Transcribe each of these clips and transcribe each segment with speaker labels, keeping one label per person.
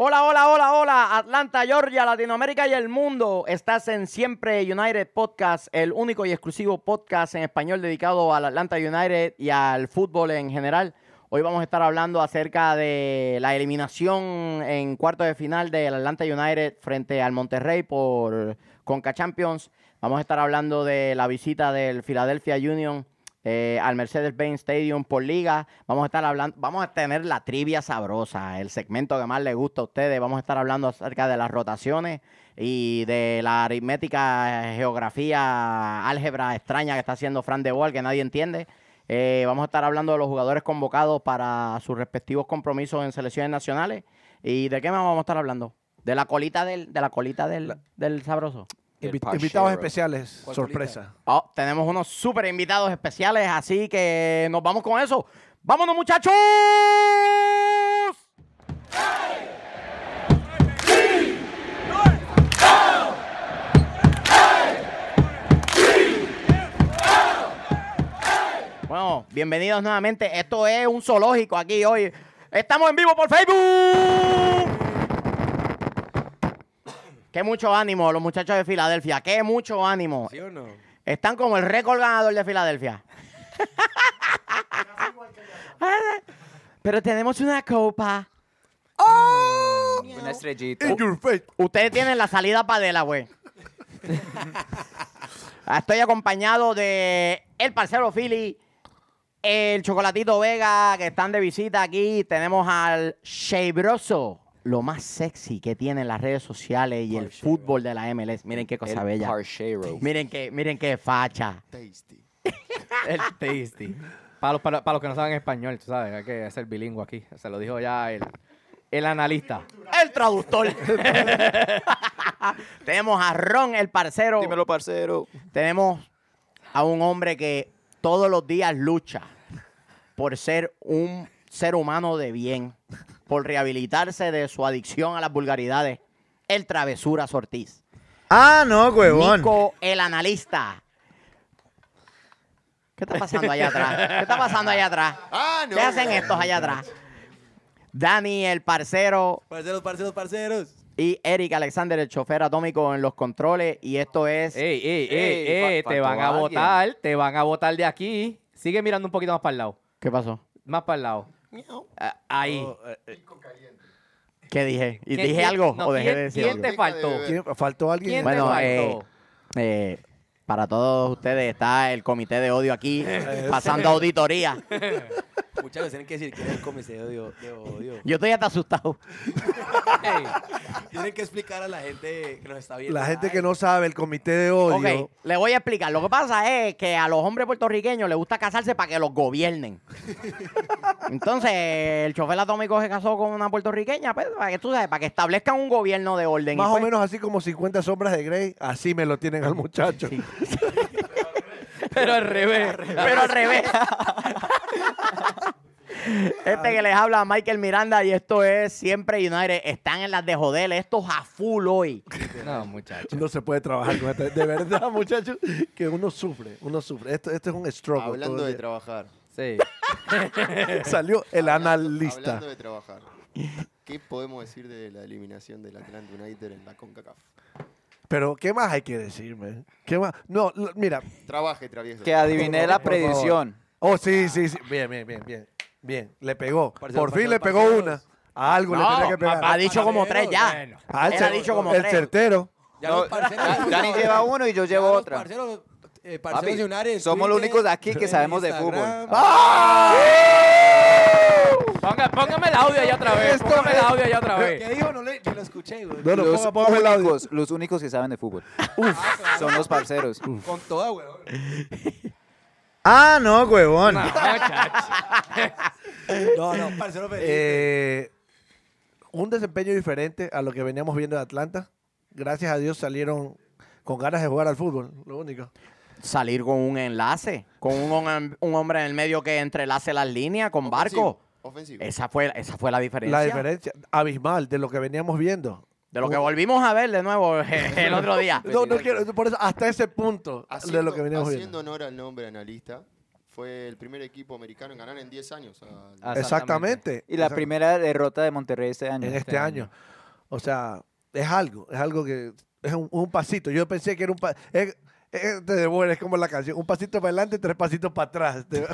Speaker 1: Hola, hola, hola, hola, Atlanta, Georgia, Latinoamérica y el mundo. Estás en Siempre United Podcast, el único y exclusivo podcast en español dedicado al Atlanta United y al fútbol en general. Hoy vamos a estar hablando acerca de la eliminación en cuarto de final del Atlanta United frente al Monterrey por Conca Champions. Vamos a estar hablando de la visita del Philadelphia Union eh, al Mercedes-Benz Stadium por liga. Vamos a estar hablando, vamos a tener la trivia sabrosa, el segmento que más les gusta a ustedes. Vamos a estar hablando acerca de las rotaciones y de la aritmética, geografía, álgebra extraña que está haciendo Fran de Boal que nadie entiende. Eh, vamos a estar hablando de los jugadores convocados para sus respectivos compromisos en selecciones nacionales. ¿Y de qué más vamos a estar hablando? De la colita del, de la colita del, del sabroso.
Speaker 2: El
Speaker 3: Invi-
Speaker 2: Pachero.
Speaker 3: invitados especiales,
Speaker 2: ¿Cuál
Speaker 3: Pues, sorpresa.
Speaker 1: Oh, tenemos unos súper invitados especiales, así que nos vamos con eso. ¡Vámonos, muchachos! Bueno, bienvenidos nuevamente. Esto es un zoológico aquí hoy. Estamos en vivo por Facebook. Qué mucho ánimo los muchachos de Filadelfia. Qué mucho ánimo.
Speaker 2: ¿Sí o no?
Speaker 1: Están como el récord ganador de Filadelfia. Pero tenemos una copa.
Speaker 4: Mm,
Speaker 2: Una estrellita.
Speaker 3: In your face.
Speaker 1: Ustedes tienen la salida padela, güey. Estoy acompañado de el parcero Philly, el chocolatito Vega, que están de visita aquí. Tenemos al Shebroso, lo más sexy que tienen las redes sociales y el fútbol de la MLS. Miren qué cosa
Speaker 2: El
Speaker 1: bella.
Speaker 2: Parchero.
Speaker 1: Miren qué, miren qué facha.
Speaker 5: El tasty. Para los, para, para los que no saben español, tú sabes, hay que ser bilingüe aquí. Se lo dijo ya el, el analista.
Speaker 1: El traductor. Tenemos a Ron, el parcero.
Speaker 2: Dímelo, parcero.
Speaker 1: Tenemos a un hombre que todos los días lucha por ser un ser humano de bien, por rehabilitarse de su adicción a las vulgaridades. El travesura Ortiz.
Speaker 6: Ah, no, huevón.
Speaker 1: Nico, el analista. ¿Qué está pasando allá atrás? ¿Qué está pasando allá atrás?
Speaker 4: Ah, no.
Speaker 1: ¿Qué hacen estos allá atrás? Dani, el parcero,
Speaker 4: Parceros, parceros, parceros.
Speaker 1: y Eric Alexander, el chofer atómico en los controles. Y esto es.
Speaker 5: Ey, ey,
Speaker 2: Ey,
Speaker 5: ey, ey,
Speaker 2: fa-
Speaker 5: te
Speaker 2: faltó
Speaker 5: van a
Speaker 2: alguien.
Speaker 5: votar, te van a votar de aquí. Sigue mirando un poquito más para el lado.
Speaker 1: ¿Qué pasó?
Speaker 5: Más para el lado. Ah, Ahí.
Speaker 7: Oh.
Speaker 4: Oh, eh,
Speaker 1: ¿Qué dije? ¿Y
Speaker 5: ¿Quién-
Speaker 1: dije
Speaker 5: quién-
Speaker 1: algo
Speaker 5: no,
Speaker 1: o dejé
Speaker 5: quién-
Speaker 1: de decir
Speaker 5: ¿Quién
Speaker 1: algo?
Speaker 5: te faltó?
Speaker 3: ¿Quién- ¿Faltó
Speaker 5: ¿Quién
Speaker 3: alguien?
Speaker 5: te
Speaker 1: Bueno,
Speaker 5: faltó?
Speaker 1: eh, Eh, para todos ustedes está el comité de odio aquí
Speaker 4: Este.
Speaker 1: pasando auditoría.
Speaker 4: Muchachos, eh. tienen que decir que es el comité de odio. De odio.
Speaker 1: Yo estoy hasta asustado.
Speaker 5: Ey,
Speaker 4: Tienen que explicar a la gente que nos está viendo.
Speaker 3: La gente que no sabe, el comité de odio.
Speaker 1: Ok, le voy a explicar. Lo que pasa es que a los hombres puertorriqueños les gusta casarse para que los gobiernen. Entonces, el chofer atómico se casó con una puertorriqueña, pues, para que tú sabes, para que establezcan un gobierno de orden.
Speaker 3: Más
Speaker 1: Y
Speaker 3: o
Speaker 1: pues,
Speaker 3: menos así como 50 sombras de Grey, así me lo tienen al muchacho.
Speaker 5: pero al revés.
Speaker 1: Pero al revés. Este que les habla Michael Miranda y esto es Siempre United. Están en las de joder. Esto es a full hoy.
Speaker 5: No, muchacho.
Speaker 3: No se puede trabajar con esto. De verdad, muchachos, que uno sufre, uno sufre. Esto, esto es un struggle. todo
Speaker 8: Hablando
Speaker 3: el
Speaker 8: de
Speaker 3: día.
Speaker 8: trabajar.
Speaker 5: Sí.
Speaker 3: Salió el analista.
Speaker 8: Hablando de trabajar. ¿Qué podemos decir de la eliminación del Atlanta United en la CONCACAF?
Speaker 3: Pero, ¿qué más hay que decirme? ¿Qué más? No, lo- mira.
Speaker 8: Trabaje, travieso.
Speaker 2: Que adiviné la
Speaker 3: Por favor.
Speaker 2: predicción.
Speaker 3: Oh, sí, sí, sí. Bien, bien, bien, bien. Bien, le pegó.
Speaker 2: Parcero,
Speaker 3: Por fin
Speaker 2: parcero,
Speaker 3: le pegó
Speaker 2: parceros.
Speaker 3: una. A algo le tenía que pegar.
Speaker 1: ha dicho como
Speaker 4: Panadero,
Speaker 1: tres ya.
Speaker 5: bueno.
Speaker 3: Ah, el
Speaker 1: Él ha
Speaker 3: cer-
Speaker 1: dicho como
Speaker 3: El
Speaker 1: tres.
Speaker 3: certero.
Speaker 4: Ya
Speaker 2: No,
Speaker 4: los parceros.
Speaker 2: Da- Dani lleva uno y yo
Speaker 4: Ya
Speaker 2: llevo
Speaker 4: los
Speaker 2: otra.
Speaker 4: Parceros, eh,
Speaker 2: Papi,
Speaker 4: parceros de Unares,
Speaker 2: somos los
Speaker 4: Twitter,
Speaker 2: únicos de aquí que
Speaker 4: en
Speaker 2: sabemos de fútbol. Ah.
Speaker 4: Instagram.
Speaker 5: Ponga- póngame el audio allá otra vez.
Speaker 7: Este
Speaker 5: Póngame el audio allá otra vez.
Speaker 4: ¿Qué dijo? No le, yo lo escuché, güey.
Speaker 3: No, no,
Speaker 2: los,
Speaker 3: ponga- ponga el audio.
Speaker 2: únicos, los únicos que saben de fútbol. Son los parceros.
Speaker 4: Con toda, güey.
Speaker 6: Ah, no, huevón.
Speaker 4: No, no, parcero feliz.
Speaker 3: Eh, un desempeño diferente a lo que veníamos viendo de Atlanta. Gracias a Dios salieron con ganas de jugar al fútbol, lo único.
Speaker 1: Salir con un enlace, con un, hom- un hombre en el medio que entrelace las líneas con barco.
Speaker 8: Ofensivo.
Speaker 1: Esa fue, esa fue la diferencia.
Speaker 3: La diferencia abismal de lo que veníamos viendo.
Speaker 1: De lo que volvimos a ver de nuevo eh, el otro día.
Speaker 3: No, no quiero, por eso, hasta ese punto
Speaker 8: Haciendo,
Speaker 3: de lo que veníamos
Speaker 8: haciendo
Speaker 3: viendo.
Speaker 8: honor al nombre analista, fue el primer equipo americano en ganar en 10 años. al-
Speaker 5: Ah,
Speaker 3: Exactamente.
Speaker 2: Y la
Speaker 3: Exact-
Speaker 2: primera derrota de Monterrey este año.
Speaker 3: en este año. O sea, es algo, es algo que es un, un pasito. Yo pensé que era un pasito. Es, es- te devuelve, es como la canción, un pasito para adelante, tres pasitos para atrás. Te-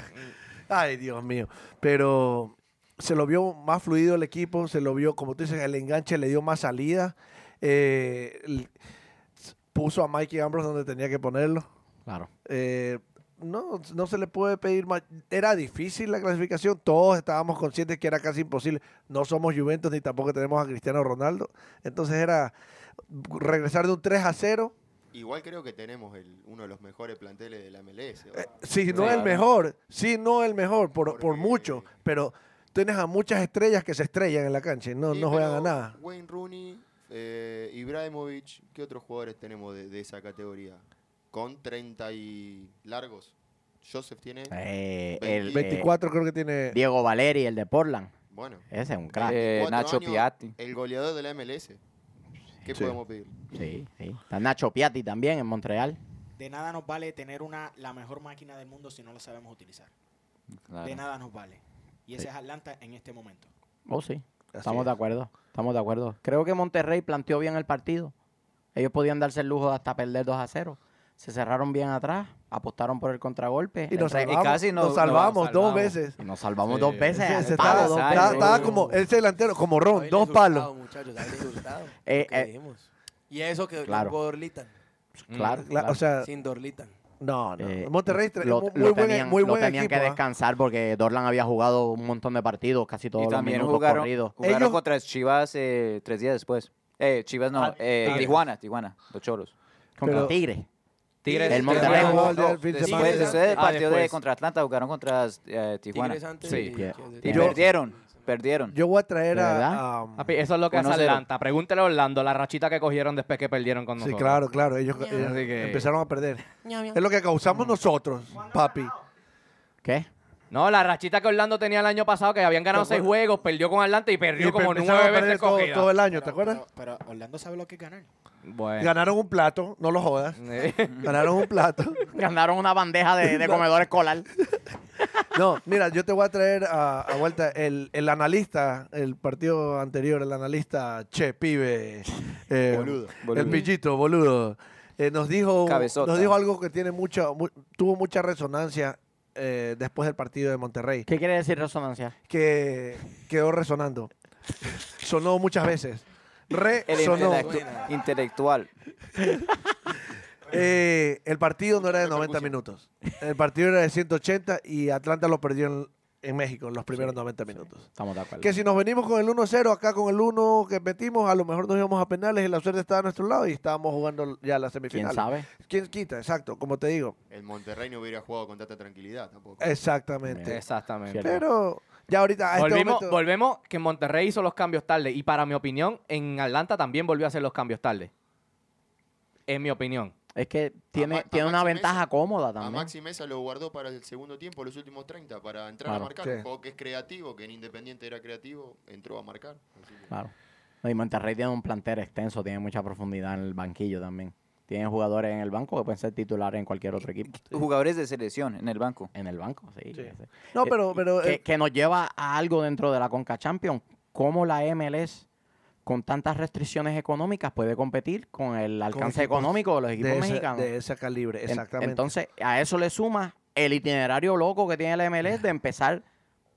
Speaker 3: Ay, Dios mío. Pero se lo vio más fluido el equipo, se lo vio, como tú dices, el enganche le dio más salida. eh, l- puso a Mikey Ambrose donde tenía que ponerlo.
Speaker 5: Claro.
Speaker 3: Eh, no, no se le puede pedir más. Era difícil la clasificación. Todos estábamos conscientes que era casi imposible. No somos Juventus ni tampoco tenemos a Cristiano Ronaldo. Entonces era regresar de un 3 a 0.
Speaker 8: Igual creo que tenemos el- uno de los mejores planteles de la MLS. ¿verdad?
Speaker 3: Si Eh, no el
Speaker 2: Claro.
Speaker 3: mejor. Si no el mejor, por, por
Speaker 8: Porque-
Speaker 3: mucho. Pero tienes a muchas estrellas que se estrellan en la cancha y no,
Speaker 8: Sí,
Speaker 3: no juegan a
Speaker 8: pero
Speaker 3: nada.
Speaker 8: Wayne Rooney, eh, Ibrahimovic, ¿qué otros jugadores tenemos de, de esa categoría? Con 30 y largos. Joseph tiene,
Speaker 1: Eh, el, eh,
Speaker 3: 24 creo que tiene.
Speaker 1: Diego Valeri, el de Portland.
Speaker 8: bueno,
Speaker 1: Ese es un crack.
Speaker 2: Eh,
Speaker 8: 24
Speaker 2: Nacho
Speaker 8: años,
Speaker 2: Piatti.
Speaker 8: el goleador de la MLS. ¿Qué podemos pedir?
Speaker 1: Sí, sí. Está Nacho Piatti también en Montreal.
Speaker 9: De nada nos vale tener una, la mejor máquina del mundo si no la sabemos utilizar.
Speaker 2: Claro.
Speaker 9: De nada nos vale. Y ese es Atlanta en este momento.
Speaker 1: Oh, sí.
Speaker 3: Así
Speaker 1: Estamos
Speaker 3: es.
Speaker 1: de acuerdo. Estamos de acuerdo. Creo que Monterrey planteó bien el partido. Ellos podían darse el lujo de hasta perder 2 a 0. Se cerraron bien atrás, apostaron por el contragolpe.
Speaker 3: Y nos
Speaker 1: Entonces,
Speaker 3: salvamos,
Speaker 2: casi
Speaker 3: nos
Speaker 2: no- no,
Speaker 3: salvamos dos
Speaker 5: salvamos.
Speaker 3: veces.
Speaker 1: y nos salvamos
Speaker 5: Sí.
Speaker 1: dos veces.
Speaker 3: Se-
Speaker 1: al
Speaker 3: se
Speaker 1: palo,
Speaker 3: estaba,
Speaker 1: dos
Speaker 2: exacto.
Speaker 3: estaba-
Speaker 1: veces.
Speaker 3: estaba como ese delantero, como Ron,
Speaker 4: Habéis
Speaker 3: dos
Speaker 4: resultado,
Speaker 3: palos.
Speaker 4: muchachos, habéis resultado.
Speaker 1: Eh,
Speaker 4: Lo que
Speaker 1: eh.
Speaker 4: dijimos. Y eso que
Speaker 1: Claro.
Speaker 4: claro. Dorlitan.
Speaker 1: Claro,
Speaker 3: La-
Speaker 1: claro.
Speaker 3: O sea,
Speaker 4: Sin Dorlitan.
Speaker 3: No, no.
Speaker 1: Eh,
Speaker 3: Monterrey tra-
Speaker 1: lo,
Speaker 3: muy,
Speaker 1: lo
Speaker 3: muy buen,
Speaker 1: tenían,
Speaker 3: muy
Speaker 1: lo
Speaker 3: buen
Speaker 1: tenían
Speaker 3: equipo.
Speaker 1: que
Speaker 3: ah.
Speaker 1: descansar porque Dorlan había jugado un montón de partidos, casi todos
Speaker 2: Y
Speaker 1: los
Speaker 2: también
Speaker 1: minutos
Speaker 2: jugaron,
Speaker 1: corridos.
Speaker 2: jugaron
Speaker 3: Ellos-
Speaker 2: contra Chivas eh, tres días después. Eh, Chivas no, eh, Tijuana, Tijuana, los cholos.
Speaker 1: Contra
Speaker 3: pero-
Speaker 1: Tigres.
Speaker 5: Tigres.
Speaker 1: El Monterrey
Speaker 5: Tigres-
Speaker 1: jugó
Speaker 3: el día del fin de
Speaker 2: después,
Speaker 3: semana.
Speaker 2: después del
Speaker 5: Ah,
Speaker 2: partido de
Speaker 5: después.
Speaker 2: contra Atlanta jugaron contra eh, Tijuana.
Speaker 4: Tigres antes.
Speaker 5: Sí.
Speaker 4: y-
Speaker 1: Yo-
Speaker 2: Y
Speaker 1: Yo-
Speaker 2: perdieron, perdieron.
Speaker 3: Yo voy a traer
Speaker 1: ¿De
Speaker 3: a.
Speaker 1: verdad?
Speaker 3: um,
Speaker 5: Papi, eso es lo que hace
Speaker 2: 1-0.
Speaker 5: Atlanta. Pregúntale a Orlando la rachita que cogieron después que perdieron con
Speaker 3: sí,
Speaker 5: nosotros.
Speaker 3: claro, claro. Ellos
Speaker 5: Así
Speaker 3: ellos
Speaker 5: que-
Speaker 3: empezaron a perder. Es lo que causamos nosotros, papi.
Speaker 1: ¿Qué?
Speaker 5: No, la rachita que Orlando tenía el año pasado, que habían ganado seis juegos, perdió con Atlanta y perdió
Speaker 3: Y
Speaker 5: como
Speaker 3: empezaron a
Speaker 5: nueve
Speaker 3: perder
Speaker 5: veces
Speaker 3: todo,
Speaker 5: cogida.
Speaker 3: todo el año, ¿te
Speaker 9: Pero-
Speaker 3: acuerdas?
Speaker 9: Pero, pero Orlando sabe lo que es ganar.
Speaker 5: Bueno.
Speaker 3: Ganaron un plato, no lo jodas. Ganaron un plato.
Speaker 1: Ganaron una bandeja de, de comedor escolar.
Speaker 3: No, mira, yo te voy a traer a, a vuelta el, el analista, el partido anterior, el analista Che Pibe. eh,
Speaker 8: Boludo.
Speaker 3: El pillito, boludo. Eh, nos, dijo,
Speaker 2: Cabezota.
Speaker 3: nos dijo algo que tiene mucha, mu- tuvo mucha resonancia eh, después del partido de Monterrey.
Speaker 1: ¿Qué quiere decir resonancia?
Speaker 3: que quedó resonando. Sonó muchas veces.
Speaker 2: El
Speaker 3: Resonó.
Speaker 2: intelectu- intelectual.
Speaker 3: Eh, el partido no era de 90
Speaker 8: Repercusión.
Speaker 3: minutos. El partido era de 180 y Atlanta lo perdió en, en México en los primeros 90 minutos.
Speaker 1: Estamos de acuerdo.
Speaker 3: Que si nos venimos con el 1-0, acá con el 1 que metimos, a lo mejor nos íbamos a penales y la suerte estaba a nuestro lado y estábamos jugando ya la semifinal.
Speaker 1: ¿Quién sabe?
Speaker 3: ¿Quién quita? Exacto, como te digo.
Speaker 8: El Monterrey no hubiera jugado con tanta tranquilidad tampoco.
Speaker 3: Exactamente.
Speaker 5: Exactamente.
Speaker 1: Cierto.
Speaker 3: Pero ya ahorita a este
Speaker 5: Volvimos,
Speaker 3: momento-
Speaker 5: volvemos que Monterrey hizo los cambios tarde y para mi opinión, en Atlanta también volvió a hacer los cambios tarde. Es mi opinión.
Speaker 1: Es que tiene,
Speaker 8: Ma- a
Speaker 1: tiene una
Speaker 8: Maxi
Speaker 1: ventaja
Speaker 8: Mesa.
Speaker 1: cómoda
Speaker 8: A
Speaker 1: también.
Speaker 8: Maxi Mesa lo guardó para el segundo tiempo, los últimos 30, para entrar
Speaker 1: Claro.
Speaker 8: a marcar.
Speaker 3: Sí.
Speaker 8: Un juego que es creativo, que en Independiente era creativo, entró a marcar. Así que-
Speaker 1: Claro. No, y Monterrey tiene un plantel extenso, tiene mucha profundidad en el banquillo también. Tiene jugadores en el banco que pueden ser titulares en cualquier otro equipo.
Speaker 2: Jugadores de selección en el banco.
Speaker 1: En el banco, sí.
Speaker 3: Sí.
Speaker 1: ese.
Speaker 3: No,
Speaker 1: Eh,
Speaker 3: pero... pero
Speaker 1: que,
Speaker 3: eh,
Speaker 1: que nos lleva a algo dentro de la Conca Champions. ¿Cómo la MLS, con tantas restricciones económicas, puede competir con el alcance
Speaker 3: equipos
Speaker 1: económico de los equipos
Speaker 3: de, ese,
Speaker 1: mexicanos?
Speaker 3: de ese calibre,
Speaker 1: En-
Speaker 3: exactamente.
Speaker 1: Entonces, a eso le suma el itinerario loco que tiene la MLS de empezar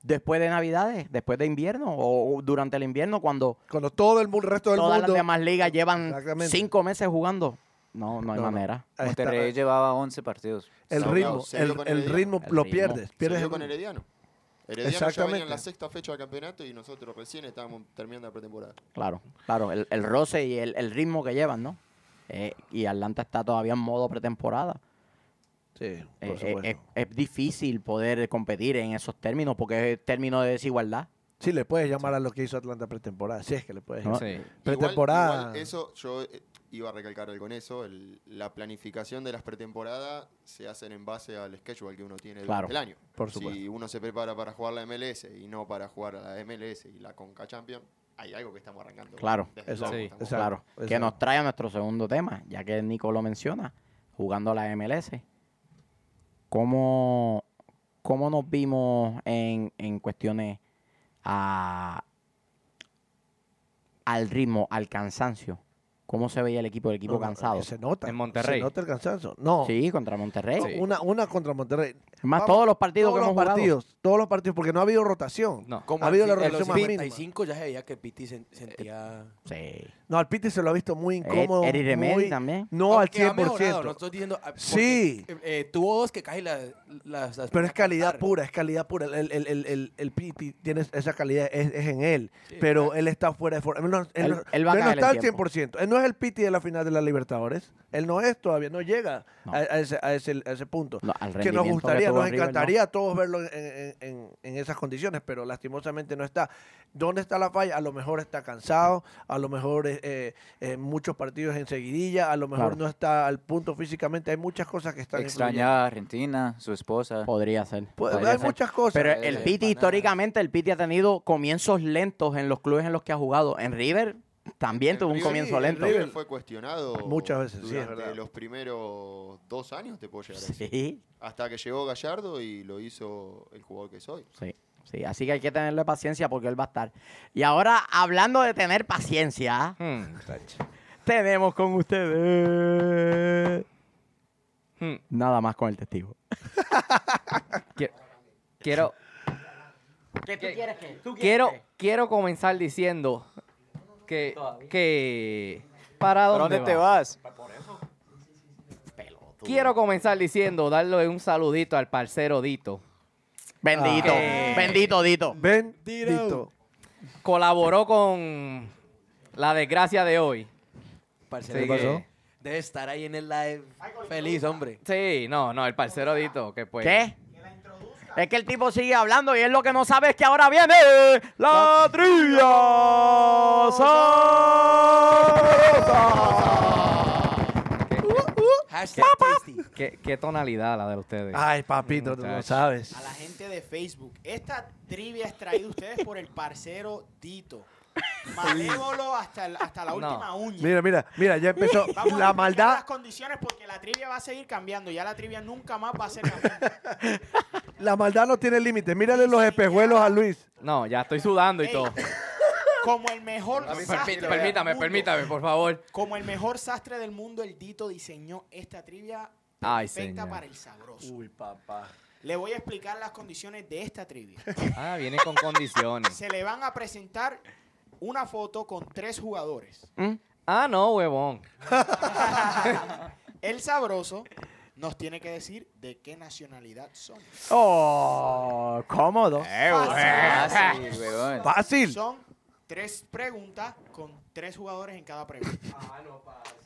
Speaker 1: después de Navidades, después de invierno o durante el invierno, cuando
Speaker 3: Cuando todo el, mu- el resto del
Speaker 1: todas
Speaker 3: mundo...
Speaker 1: las demás ligas llevan
Speaker 3: Exactamente.
Speaker 1: cinco meses jugando. No, no hay
Speaker 3: No, no.
Speaker 1: manera.
Speaker 3: Ahí está,
Speaker 2: Monterrey llevaba 11 partidos.
Speaker 3: el
Speaker 8: Salgado,
Speaker 3: ritmo,
Speaker 8: se
Speaker 3: el,
Speaker 8: dio con
Speaker 3: el
Speaker 8: Herediano.
Speaker 3: ritmo
Speaker 1: El
Speaker 3: lo
Speaker 1: ritmo.
Speaker 3: pierdes. pierdes
Speaker 8: Se dio
Speaker 3: el-
Speaker 8: con Herediano. Herediano ya venía
Speaker 3: Exactamente.
Speaker 8: en la sexta fecha del campeonato y nosotros recién estábamos terminando la pretemporada.
Speaker 1: Claro, claro. El, el roce y el, el ritmo que llevan, ¿no? Eh, y Atlanta está todavía en modo pretemporada.
Speaker 3: Sí,
Speaker 1: Eh,
Speaker 3: por
Speaker 1: eh,
Speaker 3: supuesto.
Speaker 1: es, es difícil poder competir en esos términos porque es término de desigualdad.
Speaker 3: sí, le puedes llamar a lo que hizo Atlanta pretemporada. Sí, es que le puedes
Speaker 1: No,
Speaker 3: llamar.
Speaker 5: Sí.
Speaker 8: Igual-
Speaker 3: Pretemporada.
Speaker 8: igual eso yo eh, iba a recalcar algo en eso. el- la planificación de las pretemporadas se hacen en base al schedule que uno tiene
Speaker 1: Claro,
Speaker 8: durante el año.
Speaker 3: por
Speaker 8: Si
Speaker 3: supuesto.
Speaker 8: uno se prepara para jugar la MLS y no para jugar la MLS y la Conca Champions, hay algo que estamos arrancando.
Speaker 1: Claro,
Speaker 8: Desde luego,
Speaker 3: exacto,
Speaker 5: sí,
Speaker 8: estamos-
Speaker 3: exacto.
Speaker 1: claro. Que nos trae a nuestro segundo tema, ya que Nico lo menciona, jugando a la MLS. ¿Cómo, cómo nos vimos en, en cuestiones a- al ritmo, al cansancio. ¿Cómo se veía el equipo? El equipo
Speaker 3: No, no,
Speaker 1: cansado.
Speaker 3: Se nota.
Speaker 5: En Monterrey.
Speaker 3: Se nota el cansanzo. No.
Speaker 1: Sí, contra Monterrey.
Speaker 3: no, Una, una contra Monterrey.
Speaker 1: Más
Speaker 3: Vamos,
Speaker 1: todos los partidos
Speaker 3: todos
Speaker 1: que
Speaker 3: los
Speaker 1: hemos jugado.
Speaker 3: partidos. Todos los partidos, porque no ha habido rotación.
Speaker 5: No.
Speaker 3: Ha habido
Speaker 4: al-
Speaker 3: la
Speaker 4: en
Speaker 3: relación
Speaker 4: los
Speaker 3: más mínima.
Speaker 4: 55 ya se veía que Piti sen- sentía...
Speaker 1: Sí.
Speaker 3: No, al Piti se lo ha visto muy incómodo.
Speaker 1: Eric Remedy
Speaker 3: muy-
Speaker 1: también.
Speaker 3: No
Speaker 4: Aunque ha
Speaker 3: al 100%.
Speaker 4: mejorado, no estoy diciendo... ah, porque,
Speaker 3: Sí.
Speaker 4: eh, eh, tuvo dos que casi las... las- las-
Speaker 3: Pero es calidad
Speaker 4: las-
Speaker 3: pura, es calidad pura. El, el, el, el, el Piti tiene esa calidad, es, es en él.
Speaker 4: Sí,
Speaker 3: pero él está fuera de forma. Él no, él
Speaker 1: Él-
Speaker 3: no-
Speaker 1: él va a
Speaker 3: él no
Speaker 1: caer
Speaker 3: está
Speaker 1: en
Speaker 3: al
Speaker 1: tiempo.
Speaker 3: 100%. Él no es el Piti de la final de la Libertadores. Él no es todavía, no llega
Speaker 1: No.
Speaker 3: A, a ese, a, ese, a ese punto.
Speaker 1: No, al
Speaker 3: que
Speaker 1: rendimiento
Speaker 3: nos
Speaker 1: que
Speaker 3: gustaría,
Speaker 1: tuvo
Speaker 3: nos
Speaker 1: en River, no.
Speaker 3: encantaría a todos verlo en, en- en- en esas condiciones, pero lastimosamente no está. ¿Dónde está la falla? A lo mejor está cansado, a lo mejor eh, eh, eh, muchos partidos en seguidilla, a lo mejor
Speaker 1: Claro.
Speaker 3: no está al punto físicamente. Hay muchas cosas que están influyendo.
Speaker 2: Extraña a Argentina, su esposa.
Speaker 1: Podría ser.
Speaker 3: Pues,
Speaker 1: podría
Speaker 3: hay
Speaker 1: ser.
Speaker 3: muchas cosas.
Speaker 1: Pero
Speaker 2: Eh,
Speaker 1: el
Speaker 2: eh,
Speaker 1: Piti,
Speaker 4: para
Speaker 1: históricamente, el Piti ha tenido comienzos lentos en los clubes en los que ha jugado. En River también
Speaker 8: En
Speaker 1: tuvo un
Speaker 8: River-
Speaker 1: comienzo
Speaker 8: en
Speaker 1: lento.
Speaker 8: River fue cuestionado
Speaker 3: Muchas veces, sí, es
Speaker 8: durante
Speaker 3: verdad.
Speaker 8: los primeros dos años, te puedo llegar a decir.
Speaker 1: Sí,
Speaker 8: Hasta que llegó Gallardo y lo hizo el jugador que soy.
Speaker 1: sí, sí. Así que hay que tenerle paciencia porque él va a estar. Y ahora, hablando de tener paciencia,
Speaker 5: Hmm,
Speaker 1: tenemos con ustedes.
Speaker 5: hmm.
Speaker 1: Nada más con el testigo.
Speaker 5: Quiero- Quiero,
Speaker 1: ¿Qué tú quieres que?
Speaker 5: quiero, quiero comenzar diciendo que, que ¿para
Speaker 2: ¿Para
Speaker 5: dónde,
Speaker 2: dónde te
Speaker 5: vas?
Speaker 2: vas?
Speaker 5: Quiero comenzar diciendo, darle un saludito al parcero Dito.
Speaker 1: Bendito,
Speaker 5: Ah.
Speaker 1: bendito, Dito.
Speaker 3: Bendito.
Speaker 5: Colaboró con la desgracia de hoy.
Speaker 4: Parcero,
Speaker 5: Sí,
Speaker 4: que
Speaker 5: ¿qué pasó?
Speaker 4: Debe estar ahí en el live feliz, hombre.
Speaker 5: Sí, no, no, el parcero Dito, que pues...
Speaker 1: ¿Qué? Es que el tipo sigue hablando y él lo que no sabe es que ahora viene la trivia sabrosa.
Speaker 4: Hashtag tasty.
Speaker 5: ¿Qué, qué tonalidad la de ustedes?
Speaker 3: Ay, papito, tú lo
Speaker 5: Muchacho.
Speaker 3: sabes.
Speaker 9: A la gente de Facebook, esta trivia es traída a ustedes por el parcero Dito. Malévolo hasta, el- hasta la
Speaker 5: No.
Speaker 9: última uña.
Speaker 3: Mira, mira, mira, ya empezó
Speaker 9: Vamos a
Speaker 3: la
Speaker 9: explicar
Speaker 3: maldad.
Speaker 9: las condiciones porque la trivia va a seguir cambiando. Ya la trivia nunca más va a ser la misma.
Speaker 3: La maldad no tiene límite. Mírale los espejuelos a Luis.
Speaker 5: No, ya estoy sudando y
Speaker 9: Ey,
Speaker 5: todo.
Speaker 9: Como el mejor sastre del
Speaker 5: Permítame,
Speaker 9: mundo.
Speaker 5: permítame, por favor.
Speaker 9: Como el mejor sastre del mundo, el Dito diseñó esta trivia
Speaker 5: Ay,
Speaker 9: perfecta
Speaker 5: señor.
Speaker 9: para el sabroso. Uy, papá. Le voy a explicar las condiciones de esta trivia.
Speaker 5: Ah, viene con condiciones.
Speaker 9: Se le van a presentar una foto con tres jugadores.
Speaker 3: ¿Mm?
Speaker 5: Ah, no, huevón.
Speaker 9: El sabroso nos tiene que decir de qué nacionalidad son.
Speaker 1: Oh, cómodo.
Speaker 2: Ah, sí, weón.
Speaker 3: Eh, Fácil.
Speaker 9: Son tres preguntas con tres jugadores en cada pregunta.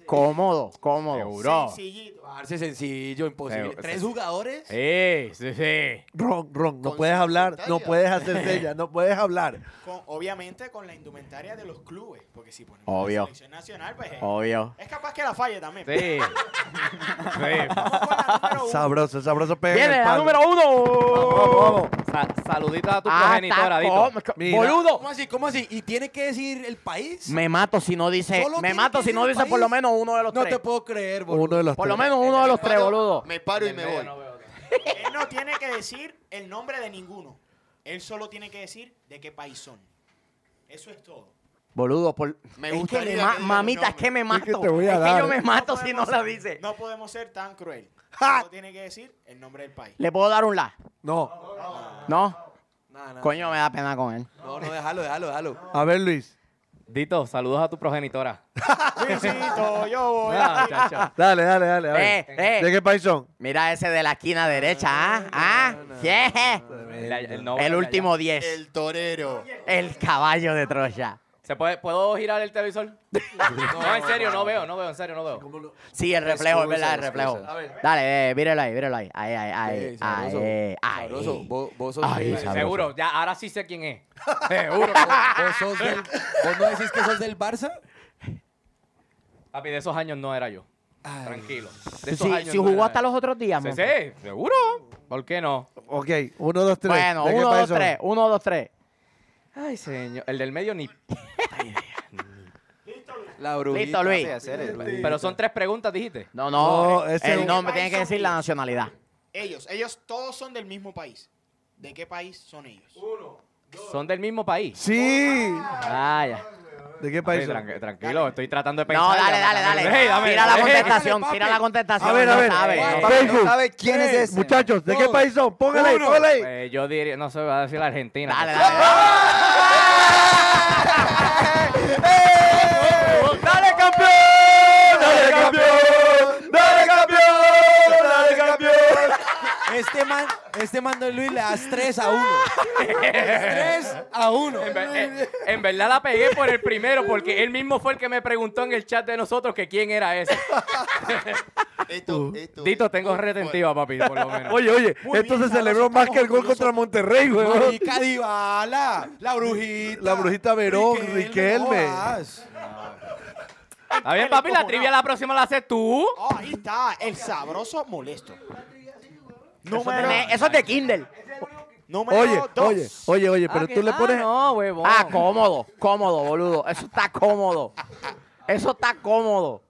Speaker 1: Cómodo, cómodo.
Speaker 5: Seguro.
Speaker 9: Sencillito.
Speaker 4: Parce sencillo, imposible.
Speaker 5: Pero-
Speaker 4: ¿Tres jugadores?
Speaker 5: Sí, sí, sí.
Speaker 3: Ron, Ron, no
Speaker 8: Con
Speaker 3: puedes
Speaker 8: su
Speaker 3: hablar, no
Speaker 8: pantalla.
Speaker 3: puedes hacer sella, no puedes hablar.
Speaker 9: Con- obviamente con la indumentaria de los clubes, porque si ponemos
Speaker 1: Obvio.
Speaker 9: la selección nacional, pues eh,
Speaker 1: Obvio.
Speaker 9: es capaz que la falle también.
Speaker 5: Sí. Sí.
Speaker 9: Vamos con la número uno.
Speaker 3: Sabroso, sabroso pega. en
Speaker 1: Viene
Speaker 3: el
Speaker 1: la
Speaker 3: palo.
Speaker 1: número uno.
Speaker 5: Sa- saludito a tu
Speaker 1: Ah,
Speaker 5: progenitora,
Speaker 1: está
Speaker 5: Dito.
Speaker 1: cómo-
Speaker 3: Mira.
Speaker 1: Boludo.
Speaker 4: ¿Cómo así? ¿Cómo así? ¿Y tiene que decir el país?
Speaker 1: Me mato si no dice,
Speaker 4: Solo
Speaker 1: me
Speaker 4: tiene
Speaker 1: mato
Speaker 4: que
Speaker 1: si no
Speaker 4: decir
Speaker 1: dice por lo
Speaker 4: país.
Speaker 1: menos uno de los
Speaker 4: No
Speaker 1: tres.
Speaker 4: te puedo creer, boludo.
Speaker 3: Uno de los
Speaker 1: Por lo
Speaker 3: tres.
Speaker 1: menos uno de los
Speaker 8: Me
Speaker 1: tres,
Speaker 8: paro-
Speaker 1: boludo.
Speaker 8: Me paro y me voy.
Speaker 9: Él no tiene que decir el nombre de ninguno. Él solo tiene que decir de qué país son. Eso es todo.
Speaker 1: Boludo, por...
Speaker 8: Me
Speaker 1: es que
Speaker 8: gustaría
Speaker 1: me ma-
Speaker 8: que diga
Speaker 1: mamita,
Speaker 8: los
Speaker 1: es que me
Speaker 3: nombres.
Speaker 1: mato.
Speaker 3: Es que te voy a
Speaker 1: Es que
Speaker 3: dar.
Speaker 1: yo me mato si no
Speaker 9: podemos
Speaker 1: la
Speaker 9: ser-
Speaker 1: dice.
Speaker 9: No podemos ser tan cruel.
Speaker 3: ¡Ja!
Speaker 9: Solo tiene que decir el nombre del país.
Speaker 1: Le puedo dar un la.
Speaker 3: No,
Speaker 1: No.
Speaker 4: Nah, nah.
Speaker 1: Coño, me da pena con él.
Speaker 4: No, no, déjalo, déjalo, déjalo.
Speaker 3: a ver Luis.
Speaker 5: Dito, saludos a tu progenitora.
Speaker 9: Luisito, yo voy.
Speaker 5: Ah, chacho.
Speaker 3: Dale, dale, dale. A ver.
Speaker 1: Eh, eh.
Speaker 3: ¿De qué país son?
Speaker 1: Mira ese de la esquina derecha, ¿ah? ¿Ah? Yeah.
Speaker 5: El, el novio de
Speaker 1: El
Speaker 5: allá.
Speaker 1: último 10.
Speaker 8: El torero.
Speaker 1: El caballo de Troya.
Speaker 5: ¿Se puede, ¿Puedo girar el televisor? No, en serio, no veo, no veo, en serio, no veo.
Speaker 1: Sí,
Speaker 5: Pues
Speaker 1: el reflejo, es
Speaker 2: Excusa,
Speaker 1: verdad, el reflejo.
Speaker 2: excusa.
Speaker 1: Dale, eh, míralo ahí, míralo ahí. Ahí, ahí,
Speaker 4: Eh,
Speaker 1: ahí.
Speaker 4: sabroso.
Speaker 1: ahí, ahí.
Speaker 4: Sabroso, Vos, vos sos,
Speaker 1: Ay,
Speaker 4: del-
Speaker 1: sabroso.
Speaker 5: Seguro, ya, ahora sí sé quién es.
Speaker 4: Seguro. vos, vos sos del, ¿Vos no decís que sos del Barça?
Speaker 5: Papi, de esos años no era yo. Tranquilo. De
Speaker 1: Si,
Speaker 5: esos años
Speaker 1: si
Speaker 5: no
Speaker 1: jugó
Speaker 5: era
Speaker 1: hasta
Speaker 5: yo.
Speaker 1: los otros días,
Speaker 5: Sí,
Speaker 1: mon.
Speaker 5: sí, seguro. ¿Por qué no?
Speaker 3: Ok, uno, dos, tres.
Speaker 1: Bueno,
Speaker 3: ¿De qué
Speaker 1: 1,
Speaker 3: país
Speaker 1: 2,
Speaker 3: son?
Speaker 1: 3. 1, 2, 3.
Speaker 5: Uh, Ay, señor. El del medio ni.
Speaker 4: La brujita.
Speaker 1: Listo, Luis.
Speaker 2: Sí, hacer el-
Speaker 5: Pero son tres preguntas, dijiste.
Speaker 1: No, eh, no.
Speaker 3: No, ese-
Speaker 1: el nombre tiene que decir la nacionalidad.
Speaker 9: Ellos, ellos todos son del mismo país. ¿De qué país son ellos?
Speaker 5: Son del mismo país.
Speaker 3: Sí.
Speaker 5: Ah, ya.
Speaker 3: ¿De qué país?
Speaker 5: Oye,
Speaker 3: son?
Speaker 5: tranqui- tranquilo, estoy tratando de pensar.
Speaker 1: No, dale, dale, dale. tira la contestación, tira la contestación.
Speaker 3: A ver, a
Speaker 1: no
Speaker 3: ver.
Speaker 1: sabe.
Speaker 3: Guau.
Speaker 1: No.
Speaker 2: Papi,
Speaker 3: Facebook.
Speaker 2: no sabe quién es
Speaker 3: Tres.
Speaker 2: ese.
Speaker 3: Muchachos, ¿de qué país son? Póngale ahí, póngale ahí.
Speaker 5: Pues, yo diría, no sé, va a decir la Argentina.
Speaker 1: Dale, dale. dale. ¡Dale, campeón!
Speaker 3: ¡Dale campeón! ¡Dale campeón! ¡Dale campeón!
Speaker 7: Este man, este man Don Luis le das 3 a 1. 3 a 1.
Speaker 5: Pues, En, ver- en- en verdad la pegué por el primero porque él mismo fue el que me preguntó en el chat de nosotros que quién era ese.
Speaker 8: Esto, esto
Speaker 5: Dito,
Speaker 8: es
Speaker 5: tengo
Speaker 8: muy
Speaker 5: retentiva, papi, por lo menos.
Speaker 3: Uh. Oye, oye,
Speaker 9: eh. Muy
Speaker 3: esto
Speaker 9: bien,
Speaker 3: se celebró
Speaker 9: sabroso,
Speaker 3: más que el gol
Speaker 9: estamos
Speaker 3: contra Monterrey, güey.
Speaker 7: Marica Dybala, la brujita.
Speaker 3: La brujita Verón, Riquelme.
Speaker 7: no jodas.
Speaker 5: Está bien, papi, la trivia la próxima la haces tú.
Speaker 9: Oh, ahí está, el sabroso molesto.
Speaker 1: Eso tiene- Eso es de Kindle.
Speaker 9: Número
Speaker 3: Oye,
Speaker 9: dos.
Speaker 3: oye, oye, oye, pero tú le pones.
Speaker 5: no, huevón.
Speaker 1: Ah, cómodo, cómodo, boludo. Eso está cómodo. Eso está cómodo.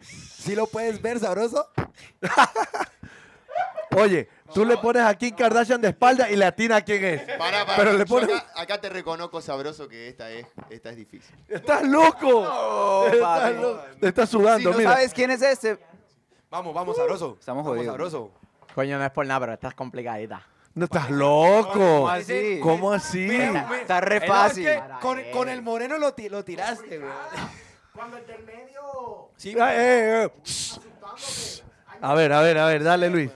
Speaker 7: ¿Sí lo puedes ver, sabroso?
Speaker 3: Oye, tú le pones a Kim Kardashian de espalda y le atina a quién es.
Speaker 8: Pará, pará.
Speaker 3: Pero le
Speaker 8: Yo
Speaker 3: pones.
Speaker 8: acá, acá te reconozco sabroso que esta es, esta es difícil.
Speaker 3: ¡Estás loco!
Speaker 2: papi.
Speaker 3: Estás loco. Te estás
Speaker 2: Si
Speaker 3: sudando,
Speaker 2: no
Speaker 3: mira.
Speaker 2: sabes quién es este,
Speaker 7: Vamos, vamos, sabroso.
Speaker 2: Estamos
Speaker 7: Vamos,
Speaker 2: jodidos.
Speaker 7: sabroso.
Speaker 1: Coño, no es por nada, pero estás complicadita.
Speaker 3: No estás loco.
Speaker 2: ¿Cómo así?
Speaker 3: ¿Cómo así?
Speaker 2: está re
Speaker 7: Es
Speaker 2: fácil.
Speaker 7: que Con, con el moreno lo, ti- lo tiraste, güey. Sí,
Speaker 3: Ah, eh, eh. A ver, a ver, a ver, dale, Luis.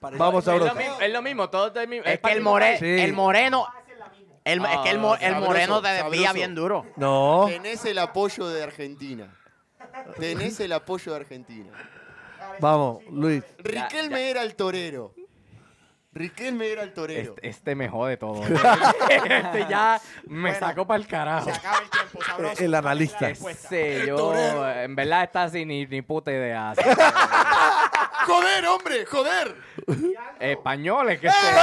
Speaker 7: parece-
Speaker 3: Vamos,
Speaker 5: Es lo,
Speaker 3: sabroso.
Speaker 5: mismo, es lo mismo, todo es del mismo.
Speaker 1: Es que el,
Speaker 5: moreno
Speaker 1: more-
Speaker 3: Sí.
Speaker 1: el moreno. el- es que el, mo- el
Speaker 8: Ah, sabroso,
Speaker 1: moreno te desvía
Speaker 8: sabroso.
Speaker 1: bien duro.
Speaker 3: No.
Speaker 8: Tenés el apoyo de Argentina. Tenés el apoyo de Argentina.
Speaker 3: Vamos, Luis.
Speaker 8: Riquelme era el torero. Riquelme era el torero.
Speaker 5: Este, este me jode todo. este ya me sacó para el carajo.
Speaker 9: Se acaba el tiempo, sabroso.
Speaker 3: El analista.
Speaker 9: La respuesta.
Speaker 5: Sí, yo en verdad está así ni, ni puta idea. así
Speaker 8: ¡Joder, hombre! ¡Joder!
Speaker 5: que, españoles, que
Speaker 3: ¡Eh!
Speaker 5: se-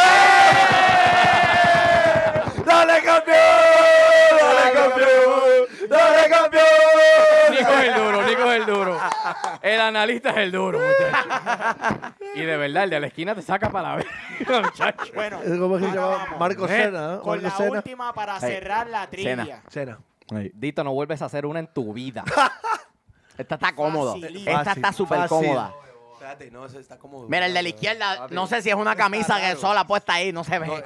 Speaker 3: ¡Dale campeón! ¡Dale campeón! ¡Dale campeón!
Speaker 5: Nico es el duro, Nico es el duro. El analista es el duro, muchacho. Y de verdad, el de la esquina te saca para la verga, muchacho. Eh,
Speaker 9: Bueno,
Speaker 3: ¿Cómo es que se
Speaker 9: ahora
Speaker 3: llama?
Speaker 9: vamos
Speaker 3: Marco Sena, ¿no?
Speaker 9: con la
Speaker 3: Marco Sena.
Speaker 9: última para cerrar la trivia.
Speaker 1: Sena.
Speaker 3: Sena.
Speaker 5: Dito, no vuelves a hacer una en tu vida.
Speaker 1: Esta está cómoda.
Speaker 9: Facilita.
Speaker 1: Esta está
Speaker 3: Fácil,
Speaker 1: súper
Speaker 3: fácil.
Speaker 1: cómoda.
Speaker 7: Espérate, no, eso está como.
Speaker 1: Mira, el de la izquierda, no sé si es una camisa que sola puesta ahí, no se ve.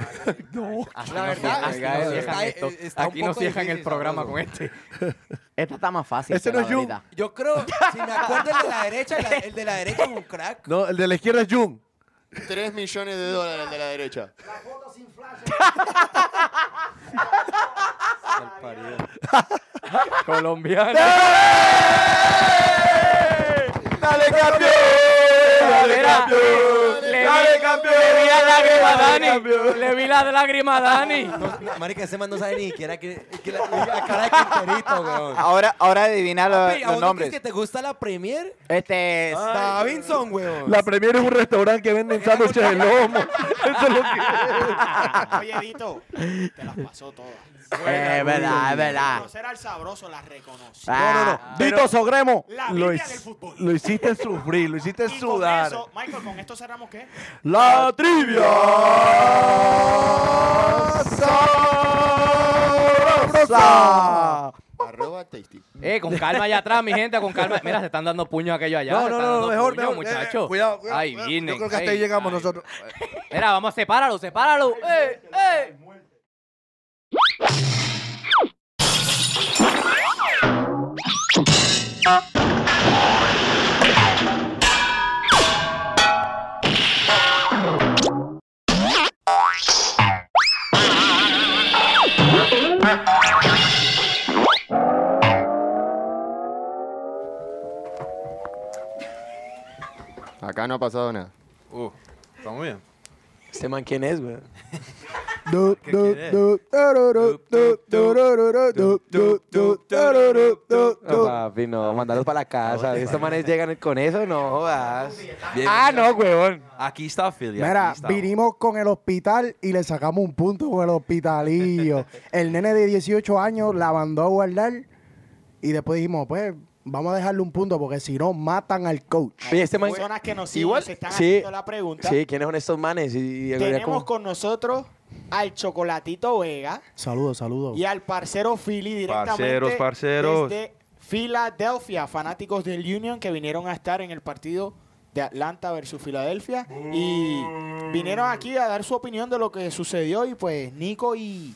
Speaker 5: Así
Speaker 7: La
Speaker 5: no
Speaker 7: verdad,
Speaker 5: cierran- así
Speaker 7: está-
Speaker 5: no cierran
Speaker 7: está- eh,
Speaker 5: esto.
Speaker 7: está un
Speaker 5: Aquí no
Speaker 7: poco
Speaker 5: cierran el
Speaker 7: difícil,
Speaker 5: programa
Speaker 7: sabroso.
Speaker 5: con este.
Speaker 1: Esta está más fácil.
Speaker 3: Ese
Speaker 1: que
Speaker 3: no
Speaker 1: la
Speaker 3: es Jung.
Speaker 1: ahorita.
Speaker 7: Yo creo, si me acuerdo el de la derecha, la- el de la derecha es un crack.
Speaker 3: No, el de la izquierda es Jung.
Speaker 8: 3 millones de dólares el de la derecha.
Speaker 5: Colombiano.
Speaker 3: ¡Dale campeón!
Speaker 5: Mira, le vi- Le vi la lágrima a Dani. Le vi la lágrima a Dani.
Speaker 7: No, Marica, ese man no sabe ni siquiera que, que la, la cara de Quinterito, weón.
Speaker 2: Ahora, ahora adivina la-
Speaker 7: Papi, ¿a vos
Speaker 2: los
Speaker 7: no
Speaker 2: nombres.
Speaker 7: crees que te gusta la Premier?
Speaker 1: Este es.
Speaker 7: Davinson, weón.
Speaker 3: La Premier es un restaurante que venden sándwiches de lomo. Eso es lo que
Speaker 9: Oye, Dito, te las pasó todas.
Speaker 1: Es verdad, es verdad.
Speaker 9: Conocer al sabroso las reconoce.
Speaker 1: Ah,
Speaker 3: No, no, no. Dito Sogremo.
Speaker 9: La Biblia
Speaker 3: Lo,
Speaker 9: del
Speaker 3: hic-
Speaker 9: fútbol.
Speaker 3: lo hiciste sufrir, lo hiciste
Speaker 9: Y con
Speaker 3: sudar.
Speaker 9: eso, Michael, con esto cerramos qué?
Speaker 3: La trivia sabrosa.
Speaker 8: Arroba tasty.
Speaker 5: Eh, con calma allá atrás, mi gente, con calma. Mira, se están dando puños aquello allá.
Speaker 3: No,
Speaker 5: se
Speaker 3: no,
Speaker 5: están
Speaker 3: no,
Speaker 5: dando
Speaker 3: mejor,
Speaker 5: puños,
Speaker 3: mejor.
Speaker 5: muchachos.
Speaker 3: Eh, cuidado, cuidado.
Speaker 5: Ahí
Speaker 3: Yo
Speaker 5: vienen.
Speaker 3: creo que hasta ahí
Speaker 5: ey,
Speaker 3: llegamos
Speaker 5: ay.
Speaker 3: nosotros.
Speaker 5: Mira, vamos, sepáralo, sepáralo. ¡Eh, eh!
Speaker 8: Acá no ha pasado nada.
Speaker 7: Uh,
Speaker 10: Estamos bien.
Speaker 7: ¿Este man quién es, weón? No, papi, no, mandarlos para la casa. Estos manes llegan con eso, no jodas.
Speaker 10: Ah, no, huevón.
Speaker 6: Aquí está Philly.
Speaker 11: Mira,
Speaker 6: aquí está.
Speaker 11: vinimos con el hospital y le sacamos un punto con el hospitalillo. el nene de 18 años la mandó a guardar y después dijimos, pues, vamos a dejarle un punto porque si no, matan al coach.
Speaker 7: Oye, este man.
Speaker 9: Personas que nos siguen,
Speaker 7: Igual,
Speaker 9: se están
Speaker 7: sí.
Speaker 9: haciendo la pregunta.
Speaker 7: Sí, ¿quiénes son estos manes? Y, y-
Speaker 9: Tenemos
Speaker 7: como-
Speaker 9: con nosotros al Chocolatito Vega
Speaker 11: Saludos, saludos.
Speaker 9: y al parcero Philly directamente
Speaker 6: Parceros, parceros.
Speaker 9: desde Filadelfia, fanáticos del Union que vinieron a estar en el partido de Atlanta versus Filadelfia y vinieron aquí a dar su opinión de lo que sucedió y pues Nico y,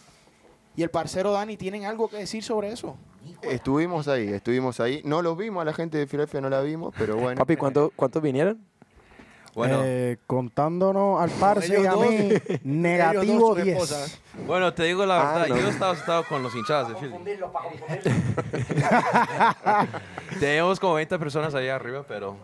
Speaker 9: y el parcero Dani tienen algo que decir sobre eso.
Speaker 8: Estuvimos ahí, estuvimos ahí. No los vimos, a la gente de Filadelfia no la vimos, pero bueno.
Speaker 7: Papi, ¿cuánto- ¿cuántos vinieron?
Speaker 6: Bueno,
Speaker 11: Eh, contándonos al parce y
Speaker 3: Ellos
Speaker 11: a
Speaker 3: dos.
Speaker 11: mí,
Speaker 3: Ellos dos,
Speaker 11: negativo
Speaker 3: su
Speaker 11: 10.
Speaker 3: esposa.
Speaker 6: bueno, te digo la
Speaker 7: Ah,
Speaker 6: verdad,
Speaker 7: no.
Speaker 6: yo estaba asustado con los hinchadas de Philly. Tenemos como 20 personas allá arriba, pero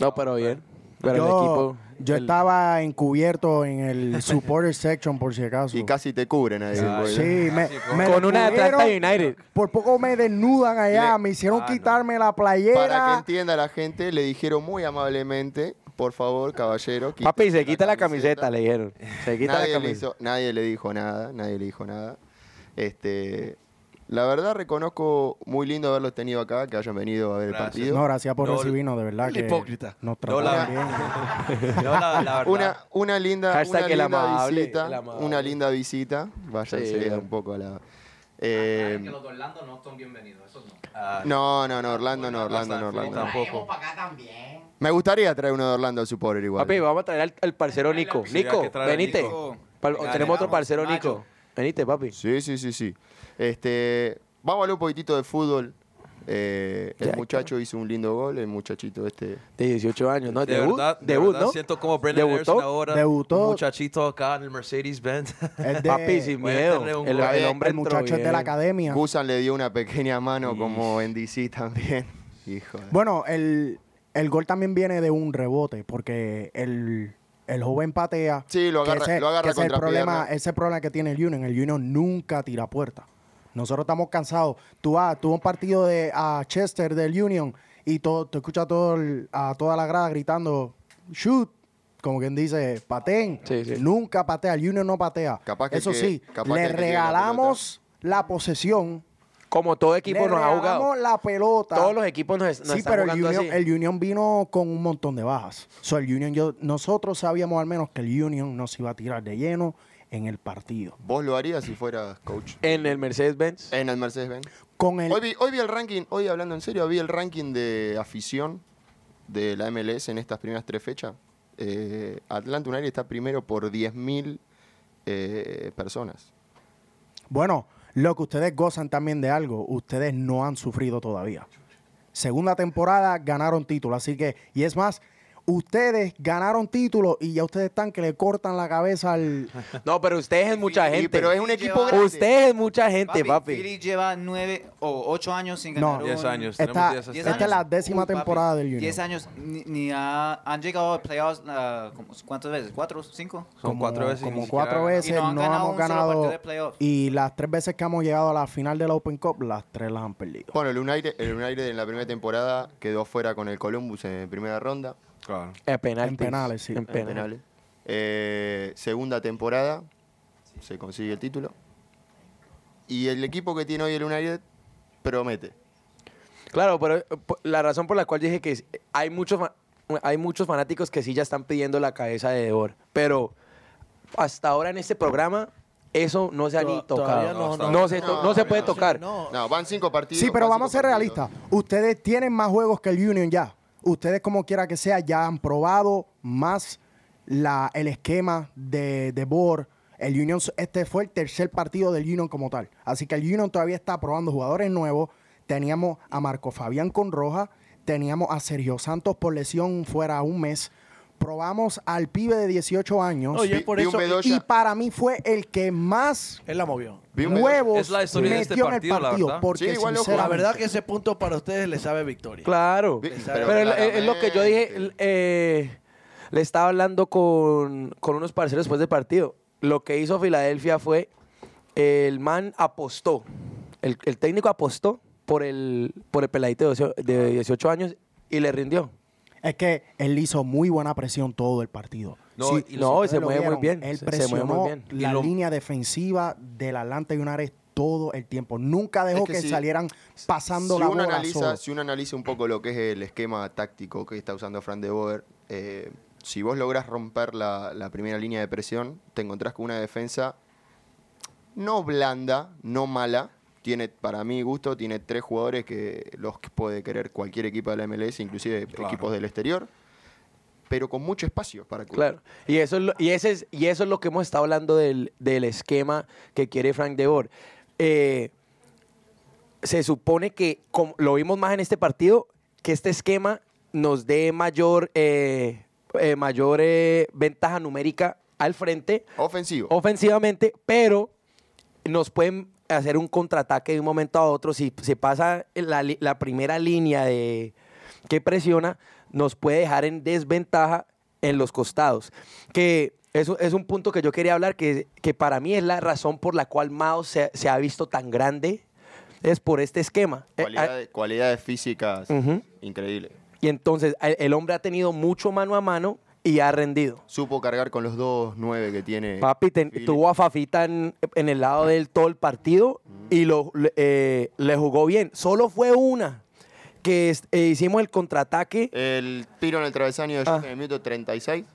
Speaker 7: No, pero bien. Pero el
Speaker 11: Yo,
Speaker 7: equipo.
Speaker 11: yo
Speaker 7: el-
Speaker 11: estaba encubierto en el supporter section por si acaso.
Speaker 8: Y casi te cubren ahí. porque-
Speaker 11: Ah, Sí,
Speaker 6: Ah,
Speaker 11: me, me
Speaker 7: Con una de Atlanta
Speaker 11: descubrieron,
Speaker 7: United.
Speaker 11: Por poco me desnudan allá, me hicieron
Speaker 6: Ah, no.
Speaker 11: quitarme la
Speaker 8: Para que
Speaker 11: playera.
Speaker 8: entienda la gente, le dijeron muy amablemente, por favor, caballero. quítese
Speaker 7: Papi, se quita la camiseta, le dijeron. Se quita
Speaker 8: nadie,
Speaker 7: la
Speaker 8: le
Speaker 7: camiseta.
Speaker 8: hizo- nadie le dijo nada, nadie le dijo nada. Este, la verdad reconozco muy lindo haberlos tenido acá, que hayan venido a ver
Speaker 6: Gracias.
Speaker 8: el
Speaker 11: No,
Speaker 8: partido.
Speaker 11: gracias por
Speaker 6: No,
Speaker 11: recibirnos, de verdad.
Speaker 3: el
Speaker 11: Que
Speaker 3: hipócrita.
Speaker 11: Nos
Speaker 6: No,
Speaker 11: trataron
Speaker 6: la-
Speaker 11: bien.
Speaker 6: yo la, la verdad.
Speaker 8: Una, una linda,
Speaker 7: Hashtag
Speaker 8: una
Speaker 7: el
Speaker 8: linda
Speaker 7: amable,
Speaker 8: visita.
Speaker 7: el amable.
Speaker 8: Una linda visita. Váyanse
Speaker 7: Sí.
Speaker 8: un poco a la. eh,
Speaker 5: los de Orlando no son bienvenidos, esos no.
Speaker 6: Ah,
Speaker 8: no, no, no, Orlando, no, Orlando, no, Orlando.
Speaker 6: Tampoco.
Speaker 8: Me gustaría traer uno de Orlando al Supporter igual.
Speaker 7: Papi, vamos a traer al, al parcero Nico.
Speaker 6: Sí, hay
Speaker 7: Nico,
Speaker 6: que traer al
Speaker 7: venite.
Speaker 6: Nico.
Speaker 7: Pal-
Speaker 6: Venga,
Speaker 7: tenemos otro
Speaker 6: vamos,
Speaker 7: parcero,
Speaker 6: Nacho.
Speaker 7: Nico. Venite, papi.
Speaker 8: Sí, sí, sí, sí. Este, vamos a hablar un poquitito de fútbol. Eh,
Speaker 7: Ya,
Speaker 8: el muchacho hizo un lindo gol, el muchachito este.
Speaker 7: De 18 años, ¿no?
Speaker 6: De
Speaker 7: debut,
Speaker 6: verdad, de
Speaker 7: debut,
Speaker 6: verdad
Speaker 7: ¿no?
Speaker 6: siento como Brendan
Speaker 7: Debutó,
Speaker 6: Anderson ahora.
Speaker 11: debutó.
Speaker 6: un muchachito acá en el Mercedes-Benz.
Speaker 11: Es de-
Speaker 7: Papi, sin
Speaker 6: Voy a
Speaker 7: miedo.
Speaker 6: meterle un
Speaker 7: El, el
Speaker 6: gol.
Speaker 8: El
Speaker 7: hombre
Speaker 11: el muchacho es de la academia.
Speaker 8: Gusan le dio una pequeña mano como en DC también. Hijo. de-
Speaker 11: Bueno, el, el gol también viene de un rebote, porque el, el joven patea.
Speaker 8: Sí, lo
Speaker 11: que
Speaker 8: agarra-
Speaker 11: ese-
Speaker 8: lo agarra
Speaker 11: que ese es el
Speaker 8: contra
Speaker 11: problema,
Speaker 8: pierna.
Speaker 11: ese es el problema que tiene el Union. El Union nunca tira puerta. Nosotros estamos cansados. Tú vas, tú vas a un partido de a Chester del Union y todo, te escuchas todo el- a toda la grada gritando, shoot. Como quien dice, pateen.
Speaker 7: Sí, sí.
Speaker 11: Nunca patea. El Union no patea.
Speaker 8: Capaz que
Speaker 11: Eso
Speaker 8: el que-
Speaker 11: sí,
Speaker 8: capaz que
Speaker 11: le
Speaker 8: el que tiene la
Speaker 11: regalamos la posesión.
Speaker 7: Como todo equipo
Speaker 11: le
Speaker 7: nos ha jugado.
Speaker 11: regalamos la pelota.
Speaker 7: Todos los equipos nos, nos
Speaker 11: Sí,
Speaker 7: están
Speaker 11: pero el
Speaker 7: jugando
Speaker 11: Union,
Speaker 7: así.
Speaker 11: el Union vino con un montón de bajas. So, el Union, yo, nosotros sabíamos al menos que el Union nos iba a tirar de lleno en el partido.
Speaker 8: ¿Vos lo harías si fueras coach?
Speaker 7: En el Mercedes-Benz.
Speaker 8: En el Mercedes-Benz.
Speaker 11: Con el,
Speaker 8: Hoy vi, hoy vi el ranking, hoy hablando en serio, vi el ranking de afición de la MLS en estas primeras tres fechas. Eh, Atlanta United está primero por 10.000 eh, personas.
Speaker 11: bueno, lo que ustedes gozan también de algo, ustedes no han sufrido todavía. Segunda temporada ganaron título, así que, y es más, ustedes ganaron título y ya ustedes están que le cortan la cabeza al...
Speaker 7: No, pero ustedes es mucha
Speaker 2: Y-
Speaker 7: gente.
Speaker 8: Pero es un equipo
Speaker 2: lleva-
Speaker 8: grande.
Speaker 7: Ustedes es mucha gente, papi.
Speaker 2: Philly lleva nueve o ocho años sin
Speaker 11: No.
Speaker 2: ganar.
Speaker 11: Diez
Speaker 2: un-
Speaker 6: años. Tenemos
Speaker 11: Esta,
Speaker 6: diez hasta-
Speaker 2: diez
Speaker 11: esta es
Speaker 2: años.
Speaker 11: la décima
Speaker 2: Uy, papi,
Speaker 11: temporada del Union.
Speaker 2: Diez años. Ni, ni ha- han llegado a playoffs ah, como- ¿cuántas veces? ¿Cuatro? ¿Cinco?
Speaker 6: Son
Speaker 11: como-
Speaker 6: cuatro veces. y
Speaker 11: Como
Speaker 6: ni siquiera
Speaker 11: cuatro
Speaker 6: ganan.
Speaker 11: veces
Speaker 2: Y no
Speaker 11: no,
Speaker 2: han ganado
Speaker 11: hemos
Speaker 2: un solo partido de
Speaker 11: ganado.
Speaker 2: playoffs.
Speaker 11: Y las tres veces que hemos llegado a la final de la Open Cup, las tres las han perdido.
Speaker 8: Bueno, el United, el United en la primera temporada quedó fuera con el Columbus en primera ronda.
Speaker 6: Claro.
Speaker 7: En penales.
Speaker 11: En penales, sí.
Speaker 7: En
Speaker 11: En
Speaker 8: en
Speaker 7: penales.
Speaker 8: penales. Eh, segunda temporada, se consigue el título. Y el equipo que tiene hoy el United promete.
Speaker 7: Claro, pero eh, po- la razón por la cual dije que es- hay muchos, fa- hay muchos fanáticos que sí ya están pidiendo la cabeza de Debor. Pero hasta ahora en este programa, eso no se ha ni
Speaker 3: Tod-
Speaker 7: todavía
Speaker 3: todavía
Speaker 7: tocado.
Speaker 3: no,
Speaker 7: No,
Speaker 3: no.
Speaker 7: se, to- no se puede tocar.
Speaker 3: No,
Speaker 8: No, van cinco partidos.
Speaker 11: Sí, pero
Speaker 8: van
Speaker 11: vamos a
Speaker 8: cinco
Speaker 11: ser
Speaker 8: partidos.
Speaker 11: realistas. Ustedes tienen más juegos que el Union ya. Ustedes, como quiera que sea, ya han probado más la, el esquema de, de Bohr. El Union, este fue el tercer partido del Union como tal. Así que el Union todavía está probando jugadores nuevos. Teníamos a Marco Fabián con Roja. Teníamos a Sergio Santos por lesión fuera un mes. Probamos al pibe de 18 años.
Speaker 3: Oye, por
Speaker 8: Vi un
Speaker 3: eso.
Speaker 8: Bedoya-
Speaker 11: y para mí fue el que más
Speaker 3: Él la movió.
Speaker 8: vi un Bedoya-
Speaker 11: huevos
Speaker 6: Es la historia de este
Speaker 11: metió en el
Speaker 6: partido, la
Speaker 11: partido.
Speaker 6: verdad.
Speaker 11: porque
Speaker 8: Sí, igual, ojo,
Speaker 3: La
Speaker 11: sinceramente-
Speaker 3: verdad que ese punto para ustedes le sabe victoria.
Speaker 7: Claro.
Speaker 8: Vi-
Speaker 7: Pero, es- es, lo que yo dije. l-
Speaker 8: claramente.
Speaker 7: eh, le estaba hablando con, con unos parceros después del partido. Lo que hizo Filadelfia fue. El man apostó. El, el técnico apostó por el, por el peladito de 18 de 18 años y le rindió.
Speaker 11: Es que él hizo muy buena presión todo el partido.
Speaker 6: No, y
Speaker 11: ustedes
Speaker 7: no, se
Speaker 11: lo
Speaker 7: mueve muy bien,
Speaker 11: Él
Speaker 7: se- se mueve muy
Speaker 11: presionó
Speaker 7: bien.
Speaker 11: la
Speaker 6: Y lo-
Speaker 11: línea defensiva del Atlanta United todo el tiempo. Nunca dejó
Speaker 8: Es
Speaker 11: que,
Speaker 8: que si-
Speaker 11: salieran pasando
Speaker 8: si
Speaker 11: la
Speaker 8: uno
Speaker 11: bola
Speaker 8: analiza,
Speaker 11: solo.
Speaker 8: Si uno analiza un poco lo que es el esquema táctico que está usando Fran de Boer, eh, si vos lográs romper la, la primera línea de presión, te encontrás con una defensa no blanda, no mala. Tiene, para mi gusto, tiene tres jugadores que los que puede querer cualquier equipo de la MLS, inclusive equipos del exterior, pero con mucho espacio para que
Speaker 7: Claro. Y eso es lo, y ese es, y eso es lo que hemos estado hablando del, del esquema que quiere Frank De Boer. Eh, se supone que, como lo vimos más en este partido, que este esquema nos dé mayor, eh, eh, mayor eh, ventaja numérica al frente.
Speaker 8: Ofensivo.
Speaker 7: Ofensivamente, pero nos pueden hacer un contraataque de un momento a otro. Si se pasa la, li- la primera línea de que presiona, nos puede dejar en desventaja en los costados. Que eso es un punto que yo quería hablar, que, que para mí es la razón por la cual Mao se, se ha visto tan grande, es por este esquema. Eh, ah,
Speaker 8: cualidades, cualidades físicas
Speaker 7: Ujú.
Speaker 8: increíbles.
Speaker 7: y entonces el, el hombre ha tenido mucho mano a mano y ha rendido.
Speaker 8: Supo cargar con los dos nueve que tiene.
Speaker 7: Papi, ten- tuvo a Fafita en, en el lado del todo el partido y lo, le- eh, le jugó bien. Solo fue una que es- eh, hicimos el contraataque.
Speaker 8: El tiro en el travesaño de
Speaker 7: Ah.
Speaker 8: Jorge en el minuto 36.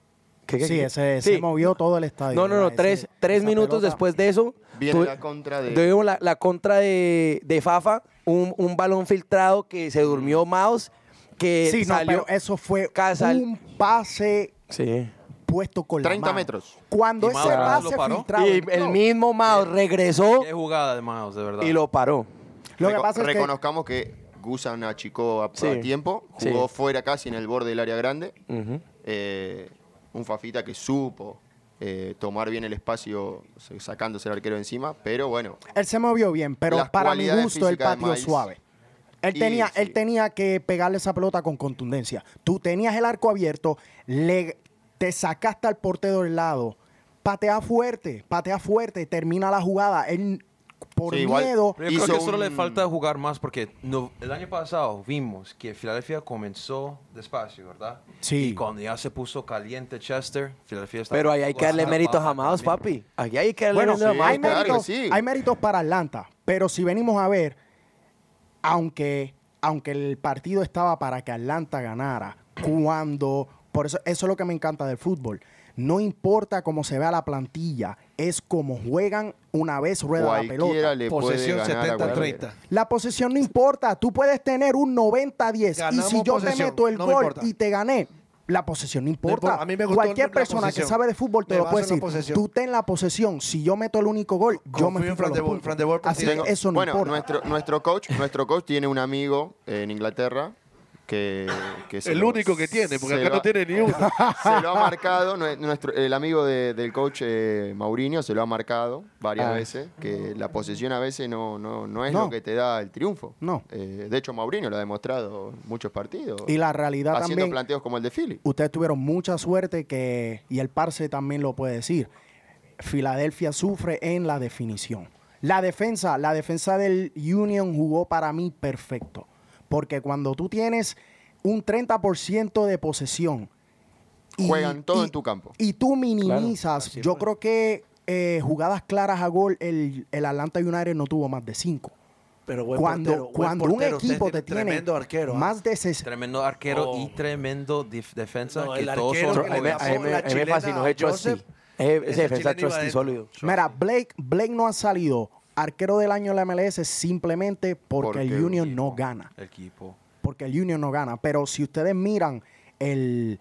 Speaker 7: ¿Qué, qué,
Speaker 11: Sí,
Speaker 7: qué?
Speaker 11: ese
Speaker 7: Sí.
Speaker 11: se movió todo el estadio.
Speaker 7: No, no, no.
Speaker 11: ¿verdad?
Speaker 7: Tres,
Speaker 11: Ese-
Speaker 7: tres
Speaker 11: esa
Speaker 7: minutos
Speaker 11: pelota.
Speaker 7: después de eso.
Speaker 8: Viene
Speaker 7: tu-
Speaker 8: la contra de.
Speaker 7: tuvimos la, la contra de, de Fafa, un, un balón filtrado que se durmió Maus, que
Speaker 11: Sí, no,
Speaker 7: salió.
Speaker 11: pero eso fue
Speaker 7: Casal-
Speaker 11: un pase
Speaker 7: Sí.
Speaker 11: puesto con la
Speaker 8: 30
Speaker 11: mano.
Speaker 8: metros.
Speaker 11: Cuando
Speaker 6: Y
Speaker 11: ese
Speaker 6: Mauro no
Speaker 11: pase
Speaker 6: lo paró.
Speaker 11: filtrado
Speaker 7: y
Speaker 11: entró,
Speaker 7: el mismo
Speaker 11: Ah,
Speaker 7: Maus
Speaker 8: Eh,
Speaker 7: regresó
Speaker 6: Qué jugada de Maos, de verdad.
Speaker 7: y lo paró.
Speaker 11: lo que
Speaker 8: Reco-
Speaker 11: pasa es que
Speaker 8: reconozcamos que Gusan achicó a,
Speaker 7: Sí.
Speaker 8: a tiempo, jugó
Speaker 7: Sí.
Speaker 8: fuera casi en el borde del área grande.
Speaker 7: Ujú.
Speaker 8: Eh, un Fafita que supo eh, tomar bien el espacio se- sacándose el arquero encima, pero bueno,
Speaker 11: Él se movió bien, pero
Speaker 8: Las
Speaker 11: para mi
Speaker 8: cualidades
Speaker 11: gusto el
Speaker 8: físicas de
Speaker 11: patio
Speaker 8: Miles.
Speaker 11: suave. Él
Speaker 8: Y
Speaker 11: tenía, él
Speaker 8: sí.
Speaker 11: tenía que pegarle esa pelota con contundencia. Tú tenías el arco abierto, le, te sacaste al portero del lado, patea fuerte, patea fuerte, termina la jugada. Él, por
Speaker 8: Sí, igual-
Speaker 11: miedo,
Speaker 6: Pero yo
Speaker 8: Hizo
Speaker 6: creo que solo le
Speaker 8: un-
Speaker 6: falta jugar más porque no- el año pasado vimos que Filadelfia comenzó despacio, ¿verdad?
Speaker 11: Sí.
Speaker 6: Y cuando ya se puso caliente Chester, Filadelfia está.
Speaker 7: Pero ahí hay que darle méritos a Maus,
Speaker 6: también.
Speaker 7: papi. Aquí hay que darle
Speaker 11: Bueno,
Speaker 7: méritos a Maus.
Speaker 11: hay,
Speaker 8: claro que
Speaker 11: méritos,
Speaker 8: sí.
Speaker 11: hay méritos para Atlanta, pero si venimos a ver, aunque, aunque el partido estaba para que Atlanta ganara, cuando, por eso, eso es lo que me encanta del fútbol, no importa cómo se vea la plantilla, es como juegan una vez rueda la
Speaker 8: cualquiera
Speaker 11: pelota.
Speaker 8: le puede
Speaker 3: Posesión
Speaker 8: ganar a
Speaker 3: 70-30.
Speaker 8: cualquiera.
Speaker 11: La posesión no importa, tú puedes tener un 90-10 y
Speaker 3: Ganamos
Speaker 11: si yo te
Speaker 3: posesión,
Speaker 11: meto el
Speaker 3: no me
Speaker 11: gol
Speaker 3: importa.
Speaker 11: y te gané, la posesión no importa.
Speaker 3: importa, a mí me gustó
Speaker 11: Cualquier
Speaker 3: la
Speaker 11: persona que
Speaker 3: posesión.
Speaker 11: sabe de fútbol te
Speaker 3: Me
Speaker 11: lo
Speaker 3: baso
Speaker 11: puede
Speaker 3: en la
Speaker 11: decir.
Speaker 3: posesión.
Speaker 11: Tú ten la posesión, si yo meto el único gol, yo
Speaker 3: Confío
Speaker 11: me
Speaker 3: en
Speaker 11: fijo
Speaker 3: Fran
Speaker 11: los
Speaker 3: de Boer,
Speaker 11: puntos.
Speaker 3: Fran de Boer,
Speaker 11: Así
Speaker 8: Tengo-
Speaker 11: que eso no
Speaker 8: bueno,
Speaker 11: importa.
Speaker 8: Nuestro, nuestro coach, nuestro coach tiene un amigo en Inglaterra que, que se
Speaker 3: El
Speaker 8: lo-
Speaker 3: único que tiene,
Speaker 8: se
Speaker 3: porque acá
Speaker 8: lo
Speaker 3: no
Speaker 8: ha-
Speaker 3: tiene ni uno.
Speaker 8: se lo ha marcado, nue- nuestro, el amigo de- del coach eh, Mourinho se lo ha marcado varias
Speaker 7: Ah.
Speaker 8: veces, que la posesión a veces no, no, no es
Speaker 11: No.
Speaker 8: lo que te da el triunfo.
Speaker 11: No.
Speaker 8: Eh, de hecho, Mourinho lo ha demostrado en muchos partidos.
Speaker 11: Y la realidad
Speaker 8: haciendo
Speaker 11: también,
Speaker 8: planteos como el de Philly.
Speaker 11: ustedes tuvieron mucha suerte que, y el Parce también lo puede decir, Filadelfia sufre en la definición. La defensa, la defensa del Union jugó para mí perfecto. Porque cuando tú tienes un 30% de posesión
Speaker 8: Juegan todo
Speaker 11: y-
Speaker 8: en tu campo.
Speaker 11: Y tú minimizas.
Speaker 4: así
Speaker 11: yo
Speaker 4: fue.
Speaker 7: pues.
Speaker 11: creo que eh, jugadas claras a gol, el, el Atlanta United no tuvo más de cinco.
Speaker 3: Pero buen
Speaker 11: Cuando,
Speaker 3: portero, buen
Speaker 11: cuando
Speaker 3: portero,
Speaker 11: un equipo
Speaker 3: usted
Speaker 11: te
Speaker 3: es
Speaker 11: tiene
Speaker 3: tremendo arquero. ¿ah?
Speaker 11: más de ses-
Speaker 6: Tremendo arquero
Speaker 3: Oh.
Speaker 6: y tremendo dif- defensa.
Speaker 3: No,
Speaker 6: que
Speaker 3: el
Speaker 6: todos
Speaker 3: arquero
Speaker 6: son
Speaker 3: que le
Speaker 7: A mí me,
Speaker 6: jóvenes.
Speaker 3: tapó
Speaker 7: a mí me- a mí me
Speaker 3: chilena
Speaker 7: fascinó hecho así.
Speaker 3: Joseph,
Speaker 7: Ese, ese
Speaker 3: esa
Speaker 7: defensa
Speaker 3: chilena iba
Speaker 7: trusty
Speaker 3: adentro.
Speaker 7: sólido.
Speaker 11: Mira, Blake, Blake no ha salido arquero del año en la MLS simplemente porque, el
Speaker 8: Porque-
Speaker 11: Union no gana.
Speaker 6: El equipo.
Speaker 11: Porque el Union no gana. Pero si ustedes miran el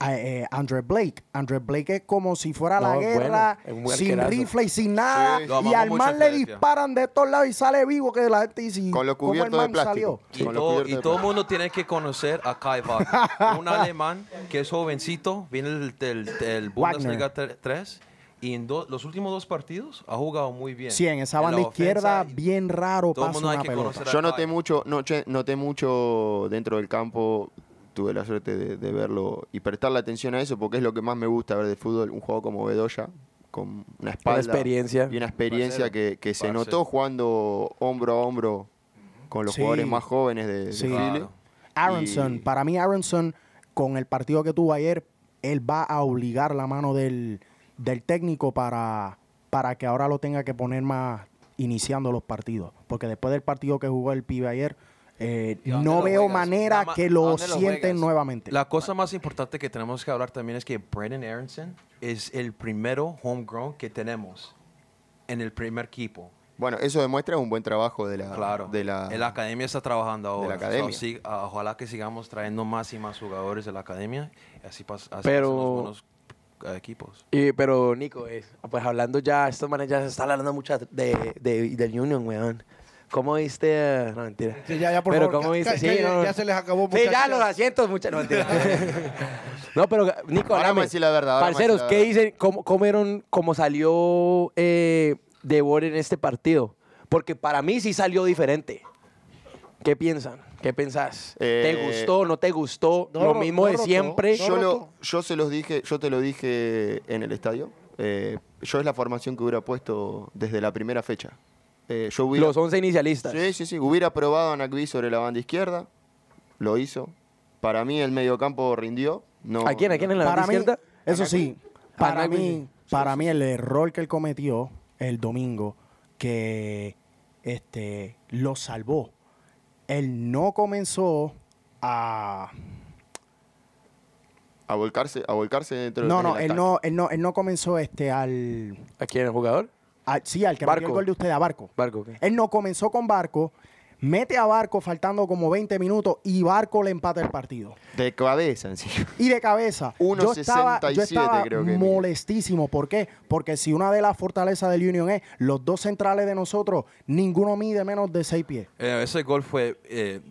Speaker 11: a- eh, Andre Blake, Andre Blake es como si fuera la
Speaker 7: No, es
Speaker 11: guerra,
Speaker 7: bueno, es un buen
Speaker 11: sin
Speaker 7: arquerazo.
Speaker 11: rifle y sin nada.
Speaker 8: Sí.
Speaker 6: Lo
Speaker 11: y
Speaker 6: amamos
Speaker 11: al
Speaker 6: mucho
Speaker 11: man
Speaker 6: en
Speaker 11: le
Speaker 6: Filadelfia.
Speaker 11: disparan de todos lados y sale vivo que la gente dice,
Speaker 8: Con lo
Speaker 11: ¿cómo el
Speaker 8: cubierto de
Speaker 11: man
Speaker 8: plástico.
Speaker 11: salió?
Speaker 6: Y
Speaker 8: Con lo
Speaker 6: todo,
Speaker 8: cubierto
Speaker 6: y
Speaker 8: de
Speaker 6: todo el
Speaker 8: plástico.
Speaker 6: mundo tiene que conocer a Kai Wagner, un alemán que es jovencito, viene del, del- del Bundesliga 3 y en do- los últimos dos partidos ha jugado muy bien.
Speaker 11: Sí, en esa
Speaker 6: la
Speaker 11: banda izquierda,
Speaker 6: ofensa,
Speaker 11: bien raro
Speaker 6: todo el
Speaker 11: pasa
Speaker 6: mundo hay
Speaker 11: una
Speaker 6: que
Speaker 11: pelota.
Speaker 6: conocer a
Speaker 8: Yo
Speaker 6: Kai.
Speaker 8: noté mucho, noche- noté mucho dentro del campo, tuve la suerte de, de verlo y prestarle atención a eso porque es lo que más me gusta ver de fútbol, un juego como Bedoya, con una espalda
Speaker 7: experiencia.
Speaker 8: y una experiencia que, que se
Speaker 6: Parcero.
Speaker 8: notó jugando hombro a hombro con los
Speaker 11: Sí.
Speaker 8: jugadores más jóvenes de, de
Speaker 11: Sí.
Speaker 8: Chile.
Speaker 6: Claro.
Speaker 11: Aronson,
Speaker 8: Y-
Speaker 11: para mí Aronson, con el partido que tuvo ayer, él va a obligar la mano del, del técnico para, para que ahora lo tenga que poner más iniciando los partidos. Porque después del partido que jugó el pibe ayer, eh,
Speaker 6: dónde
Speaker 11: no
Speaker 6: lo
Speaker 11: veo
Speaker 6: juegas?
Speaker 11: manera
Speaker 6: Nada ma-
Speaker 11: que
Speaker 6: ¿a
Speaker 11: lo
Speaker 6: dónde lo
Speaker 11: sienten
Speaker 6: juegas?
Speaker 11: nuevamente.
Speaker 6: La cosa más importante que tenemos que hablar también es que Brandon Aronson es el primero homegrown que tenemos en el primer equipo.
Speaker 8: Bueno, eso demuestra un buen trabajo de la,
Speaker 6: Claro.
Speaker 8: de la,
Speaker 6: La academia está trabajando ahora.
Speaker 8: la academia.
Speaker 6: So, sí, ah, ojalá que sigamos trayendo más y más jugadores de la academia. Así pas- así
Speaker 7: Pero-
Speaker 6: pasan los buenos eh, equipos.
Speaker 7: Y, pero, Nico, es- pues hablando ya, estos manes ya se están hablando mucho de, de- del Union, weón. ¿Cómo viste? eh, No, mentira.
Speaker 3: Sí, ya, ya, por
Speaker 7: pero,
Speaker 3: favor,
Speaker 7: ¿cómo
Speaker 3: ca-
Speaker 7: viste?
Speaker 3: ca-
Speaker 7: Sí,
Speaker 3: que ya-
Speaker 7: no, no.
Speaker 3: ya se les acabó,
Speaker 7: Sí, ya
Speaker 3: muchachos.
Speaker 7: Ah, los asientos, muchachos. No, mentira. no, pero, Nico,
Speaker 8: Ahora
Speaker 7: háblame.
Speaker 8: vamos a decir la verdad, ahora vamos a decir
Speaker 7: Parceros,
Speaker 8: la
Speaker 7: ¿qué
Speaker 8: verdad.
Speaker 7: dicen? ¿Cómo, cómo vieron cómo salió eh, De Boer en este partido? Porque para mí sí salió diferente. ¿Qué piensan? ¿Qué pensás? ¿Te
Speaker 8: Eh,
Speaker 7: gustó? ¿No te gustó?
Speaker 3: no
Speaker 7: lo
Speaker 3: ro-
Speaker 7: mismo
Speaker 3: no
Speaker 7: de
Speaker 3: roto,
Speaker 7: siempre.
Speaker 3: no
Speaker 8: yo,
Speaker 3: roto.
Speaker 8: lo- yo se los dije, yo te lo dije en el estadio. Eh, yo es la formación que hubiera puesto desde la primera fecha. Eh, yo hubiera,
Speaker 7: Los 11 inicialistas.
Speaker 8: sí, sí, sí, hubiera probado a Nacvi sobre la banda izquierda, lo hizo. Para mí el mediocampo rindió. No,
Speaker 7: ¿A quién? ¿A quién en la banda
Speaker 11: para mí,
Speaker 7: izquierda?
Speaker 11: eso sí, para
Speaker 7: Panago y-
Speaker 11: mí, para mí el error que él cometió el domingo, que este, lo salvó. Él no comenzó a
Speaker 8: A volcarse, a volcarse dentro
Speaker 11: No,
Speaker 8: del
Speaker 11: no,
Speaker 8: ataque.
Speaker 11: él no, él no, él no comenzó este al,
Speaker 7: ¿A quién? ¿El jugador?
Speaker 11: al- sí, al que
Speaker 7: Barco.
Speaker 11: metió el gol de usted, a Barco.
Speaker 7: Barco. ok.
Speaker 11: Él no comenzó con Barco, mete a Barco faltando como 20 minutos y Barco le empata el partido.
Speaker 8: De cabeza encima.
Speaker 11: Y de cabeza. yo estaba, yo
Speaker 8: 1.67
Speaker 11: estaba
Speaker 8: creo que mide.
Speaker 11: molestísimo. ¿Por qué? Porque si una de las fortalezas del Union es los dos centrales de nosotros, ninguno mide menos de 6 pies.
Speaker 6: Eh, ese gol fue. eh,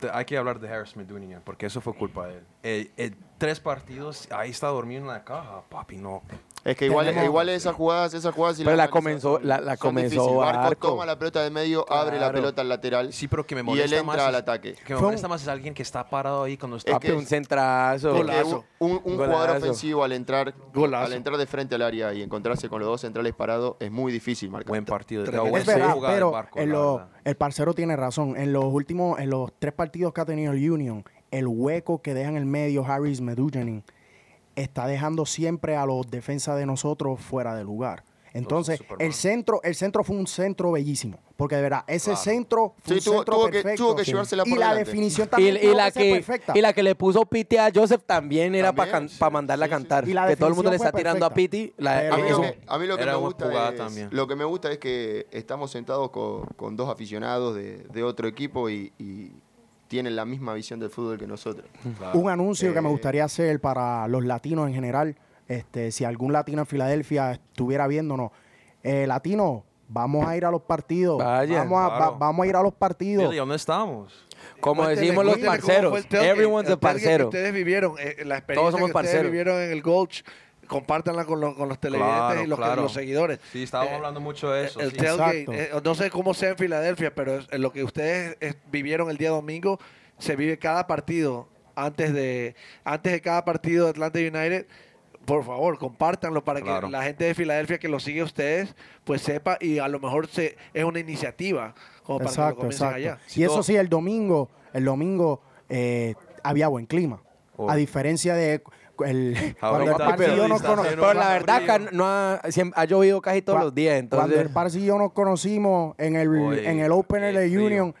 Speaker 6: te- hay que hablar de Harris Medunian, porque eso fue culpa de él. Eh, eh, tres partidos, ahí está dormido en la caja, papi, no.
Speaker 8: Es que igual,
Speaker 11: Tenemos-
Speaker 8: igual esas jugadas, esas jugadas. si
Speaker 7: Pero
Speaker 8: las
Speaker 7: la
Speaker 8: analizas
Speaker 7: comenzó-
Speaker 8: son-
Speaker 7: la- la
Speaker 8: son
Speaker 7: comenzó
Speaker 8: difíciles. Barco
Speaker 7: Barco.
Speaker 8: toma la pelota de medio, abre la
Speaker 7: Claro.
Speaker 8: pelota al lateral.
Speaker 6: Sí, pero que me
Speaker 8: y él
Speaker 6: molesta
Speaker 8: entra
Speaker 6: más.
Speaker 8: al
Speaker 6: es-
Speaker 8: ataque.
Speaker 6: Que me
Speaker 11: Fue un-
Speaker 6: molesta más es alguien que está parado ahí cuando está.
Speaker 8: Es
Speaker 7: Papi,
Speaker 8: que-
Speaker 7: un centrazo.
Speaker 8: Porque un, un jugador
Speaker 7: Golazo.
Speaker 8: ofensivo al entrar,
Speaker 3: Golazo.
Speaker 8: al entrar de frente al área y encontrarse con los dos centrales parados es muy difícil marcar.
Speaker 6: Buen partido. de-
Speaker 3: Tremendo.
Speaker 6: buen
Speaker 11: Es verdad,
Speaker 6: jugada del
Speaker 11: pero
Speaker 6: Barco,
Speaker 11: en
Speaker 6: la
Speaker 11: lo-
Speaker 6: verdad.
Speaker 11: el parcero tiene razón. En los últimos, en los tres partidos que ha tenido el Union, el hueco que deja en el medio Harris Medujanin está dejando siempre a los defensas de nosotros fuera de lugar. Entonces,
Speaker 6: Entonces, Superman.
Speaker 11: el centro, el centro fue un centro bellísimo. Porque de verdad, ese
Speaker 6: Claro.
Speaker 11: centro fue
Speaker 8: Sí,
Speaker 11: un
Speaker 8: tuvo-
Speaker 11: centro
Speaker 8: tuvo que-
Speaker 11: perfecto.
Speaker 8: tuvo que llevársela
Speaker 11: y
Speaker 8: por
Speaker 11: la
Speaker 8: delante.
Speaker 11: definición
Speaker 7: Y,
Speaker 11: también
Speaker 7: y
Speaker 11: tuvo
Speaker 7: la
Speaker 11: ser
Speaker 7: que,
Speaker 11: perfecta.
Speaker 7: y la que le puso Piti a Joseph también era para
Speaker 8: También, sí,
Speaker 7: mandarla
Speaker 8: sí,
Speaker 7: a cantar.
Speaker 11: sí. Y la
Speaker 7: que todo el mundo le está
Speaker 11: definición fue
Speaker 7: tirando a
Speaker 11: perfecta.
Speaker 7: Piti. la-
Speaker 11: Pero-
Speaker 8: A mí, lo
Speaker 7: eso.
Speaker 8: que, a mí lo que
Speaker 6: Era
Speaker 8: me
Speaker 6: buena
Speaker 8: gusta
Speaker 6: jugada
Speaker 8: es,
Speaker 6: también.
Speaker 8: lo que me gusta es que estamos sentados co- con, dos aficionados de, de otro equipo y, y tienen la misma visión del fútbol que nosotros.
Speaker 11: Un anuncio que me
Speaker 8: Eh,
Speaker 11: gustaría hacer para los latinos en general. Este, si algún latino en Filadelfia estuviera viéndonos, eh, latino, vamos a ir a los partidos.
Speaker 7: Vayan,
Speaker 11: vamos, a,
Speaker 6: claro.
Speaker 11: va- vamos a ir a los partidos.
Speaker 6: Billy, ¿dónde estamos?
Speaker 7: Como
Speaker 3: Cuéntele,
Speaker 7: decimos los
Speaker 3: cuéntele cómo fue
Speaker 7: parceros.
Speaker 3: el tailgate,
Speaker 7: Everyone's a
Speaker 3: el tailgate que
Speaker 7: parcero.
Speaker 3: Ustedes vivieron eh, la experiencia
Speaker 7: Todos somos
Speaker 3: que
Speaker 7: parceros.
Speaker 3: ustedes vivieron en el Gulch. Compártanla con, los- con los televidentes
Speaker 6: Claro,
Speaker 3: y los,
Speaker 6: claro.
Speaker 3: los seguidores.
Speaker 6: Sí, estábamos
Speaker 3: Eh,
Speaker 6: hablando mucho de eso.
Speaker 3: el
Speaker 6: sí.
Speaker 3: tailgate,
Speaker 11: Exacto.
Speaker 3: eh, no sé cómo sea en Filadelfia, pero es- lo que ustedes eh, vivieron el día domingo se vive cada partido antes de antes de cada partido de Atlanta United. Por favor, compártanlo para
Speaker 6: Claro.
Speaker 3: que la gente de Filadelfia que lo sigue a ustedes, pues sepa y a lo mejor se, es una iniciativa como para que lo
Speaker 11: Exacto,
Speaker 3: comiencen
Speaker 11: exacto.
Speaker 3: allá.
Speaker 11: Y eso sí, el domingo, el domingo eh, había buen clima.
Speaker 6: Oh.
Speaker 11: A diferencia de cu- el, cuando el
Speaker 6: ahorita-
Speaker 11: partido
Speaker 6: pero-
Speaker 11: nos cono-
Speaker 6: pero
Speaker 7: Pero la
Speaker 6: más
Speaker 7: verdad
Speaker 6: frío.
Speaker 7: que no ha, siem- ha llovido casi todos
Speaker 11: cua-
Speaker 7: los días.
Speaker 11: Cuando el
Speaker 7: Entonces,
Speaker 11: Parsi y yo nos conocimos en el,
Speaker 6: Oye,
Speaker 11: en el Open
Speaker 6: qué
Speaker 11: de
Speaker 6: frío.
Speaker 11: Union,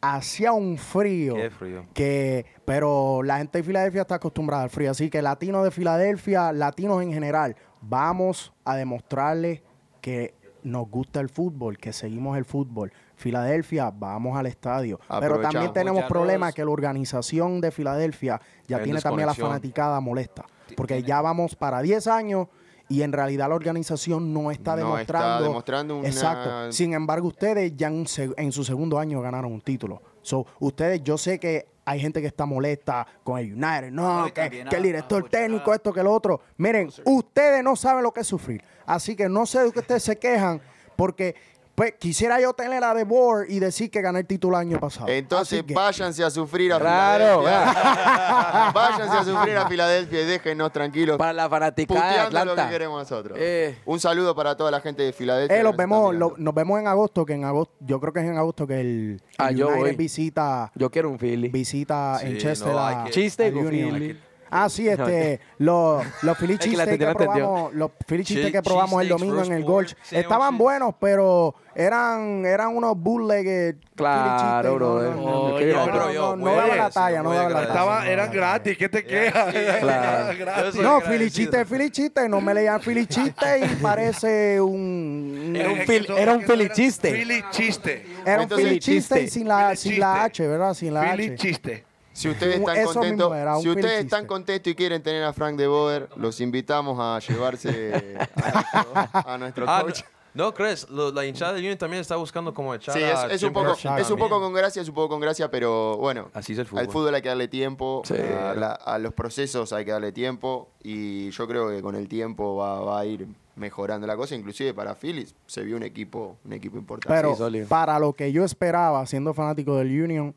Speaker 11: hacía un frío.
Speaker 6: Qué frío.
Speaker 11: Que, pero la gente de Filadelfia está acostumbrada al frío. Así que latinos de Filadelfia, latinos en general, vamos a demostrarles que nos gusta el fútbol, que seguimos el fútbol. Filadelfia, vamos al estadio. Pero
Speaker 8: Aprovechamos.
Speaker 11: también tenemos
Speaker 2: Muchachos.
Speaker 11: problemas que la organización de Filadelfia ya
Speaker 6: Hay
Speaker 11: tiene también a la
Speaker 6: desconexión.
Speaker 11: fanaticada molesta. Porque ya vamos para 10 años y en realidad la organización no está
Speaker 8: No está
Speaker 11: demostrando.
Speaker 8: demostrando una-
Speaker 11: Exacto. Sin embargo, ustedes ya en, un seg- en su segundo año ganaron un título. So, ustedes, yo sé que hay gente que está molesta con el United. No,
Speaker 2: No, y
Speaker 11: que,
Speaker 2: también
Speaker 11: que el
Speaker 2: a-
Speaker 11: director
Speaker 2: a-
Speaker 11: técnico, esto, que lo otro. Miren, ustedes no saben lo que es sufrir. Así que no sé de qué ustedes se quejan, porque pues quisiera yo tener a The Board y decir que gané el título el año pasado.
Speaker 8: Entonces
Speaker 11: Así que-
Speaker 8: váyanse a sufrir a
Speaker 7: Claro,
Speaker 8: Filadelfia. váyanse a sufrir a Filadelfia y déjenos tranquilos.
Speaker 7: para la fanaticada de
Speaker 8: puteando lo que
Speaker 7: Atlanta.
Speaker 8: queremos nosotros.
Speaker 7: Eh.
Speaker 8: Un saludo para toda la gente de Filadelfia.
Speaker 11: Eh,
Speaker 8: que
Speaker 11: los
Speaker 8: nos está
Speaker 11: vemos,
Speaker 8: mirando.
Speaker 11: lo- nos vemos en agosto, que en agosto, yo creo que es en agosto que el,
Speaker 7: Ah,
Speaker 11: el
Speaker 7: yo
Speaker 11: United
Speaker 7: voy.
Speaker 11: visita,
Speaker 7: Yo quiero un Philly.
Speaker 11: visita
Speaker 6: Sí,
Speaker 11: en Chester
Speaker 6: no, hay
Speaker 11: a-
Speaker 6: que-
Speaker 7: Chiste
Speaker 11: al
Speaker 7: con
Speaker 11: Union.
Speaker 7: Philly.
Speaker 11: Ah, sí, este, los, los Philly
Speaker 7: que la
Speaker 11: cheesesteak que
Speaker 7: entendió, la entendió.
Speaker 11: probamos, los Philly
Speaker 7: Che-
Speaker 11: cheesesteak que probamos el
Speaker 7: cheesesteaks,
Speaker 11: domingo en el
Speaker 7: roast
Speaker 11: Golch
Speaker 7: pork,
Speaker 11: estaban
Speaker 7: sandwiches.
Speaker 11: buenos, pero eran, eran unos bootlegged
Speaker 7: Claro, bro. eh,
Speaker 11: no,
Speaker 7: qué
Speaker 11: no,
Speaker 7: gratis.
Speaker 11: no, no, no daba
Speaker 6: pues,
Speaker 11: la talla, no daba la talla.
Speaker 3: Estaba, eran gratis, ¿qué te quejas?
Speaker 7: Claro.
Speaker 3: Gratis.
Speaker 11: No, filichiste, filichiste, no me leían filichiste y parece un...
Speaker 3: Era un
Speaker 11: un-
Speaker 3: fil-
Speaker 11: era un
Speaker 3: filichiste.
Speaker 11: filichiste.
Speaker 3: Filichiste.
Speaker 11: Era un filichiste y sin la, sin la H, ¿verdad? Sin la H.
Speaker 3: Filichiste.
Speaker 8: Si ustedes
Speaker 11: Un-
Speaker 8: están
Speaker 11: eso mismo
Speaker 8: contentos,
Speaker 11: era, un
Speaker 8: si ustedes
Speaker 11: filichiste.
Speaker 8: están contentos y quieren tener a Frank de Boer, los invitamos a llevarse a, a nuestro
Speaker 6: Ah,
Speaker 8: coach.
Speaker 6: no, no, crees, Lo- la hinchada de Union también está buscando como echar
Speaker 8: Sí,
Speaker 6: a
Speaker 8: es, es un
Speaker 6: Jim
Speaker 8: poco,
Speaker 6: Corson
Speaker 8: es un
Speaker 6: también.
Speaker 8: poco con gracia, es un poco con gracia, pero bueno.
Speaker 6: Así es el
Speaker 8: Al fútbol hay que darle tiempo,
Speaker 7: Sí.
Speaker 8: a, la- a los procesos hay que darle tiempo y yo creo que con el tiempo va, va a ir mejorando la cosa, inclusive para Phillies se vio un equipo, un equipo importante.
Speaker 11: Pero para lo que yo esperaba, siendo fanático del Union,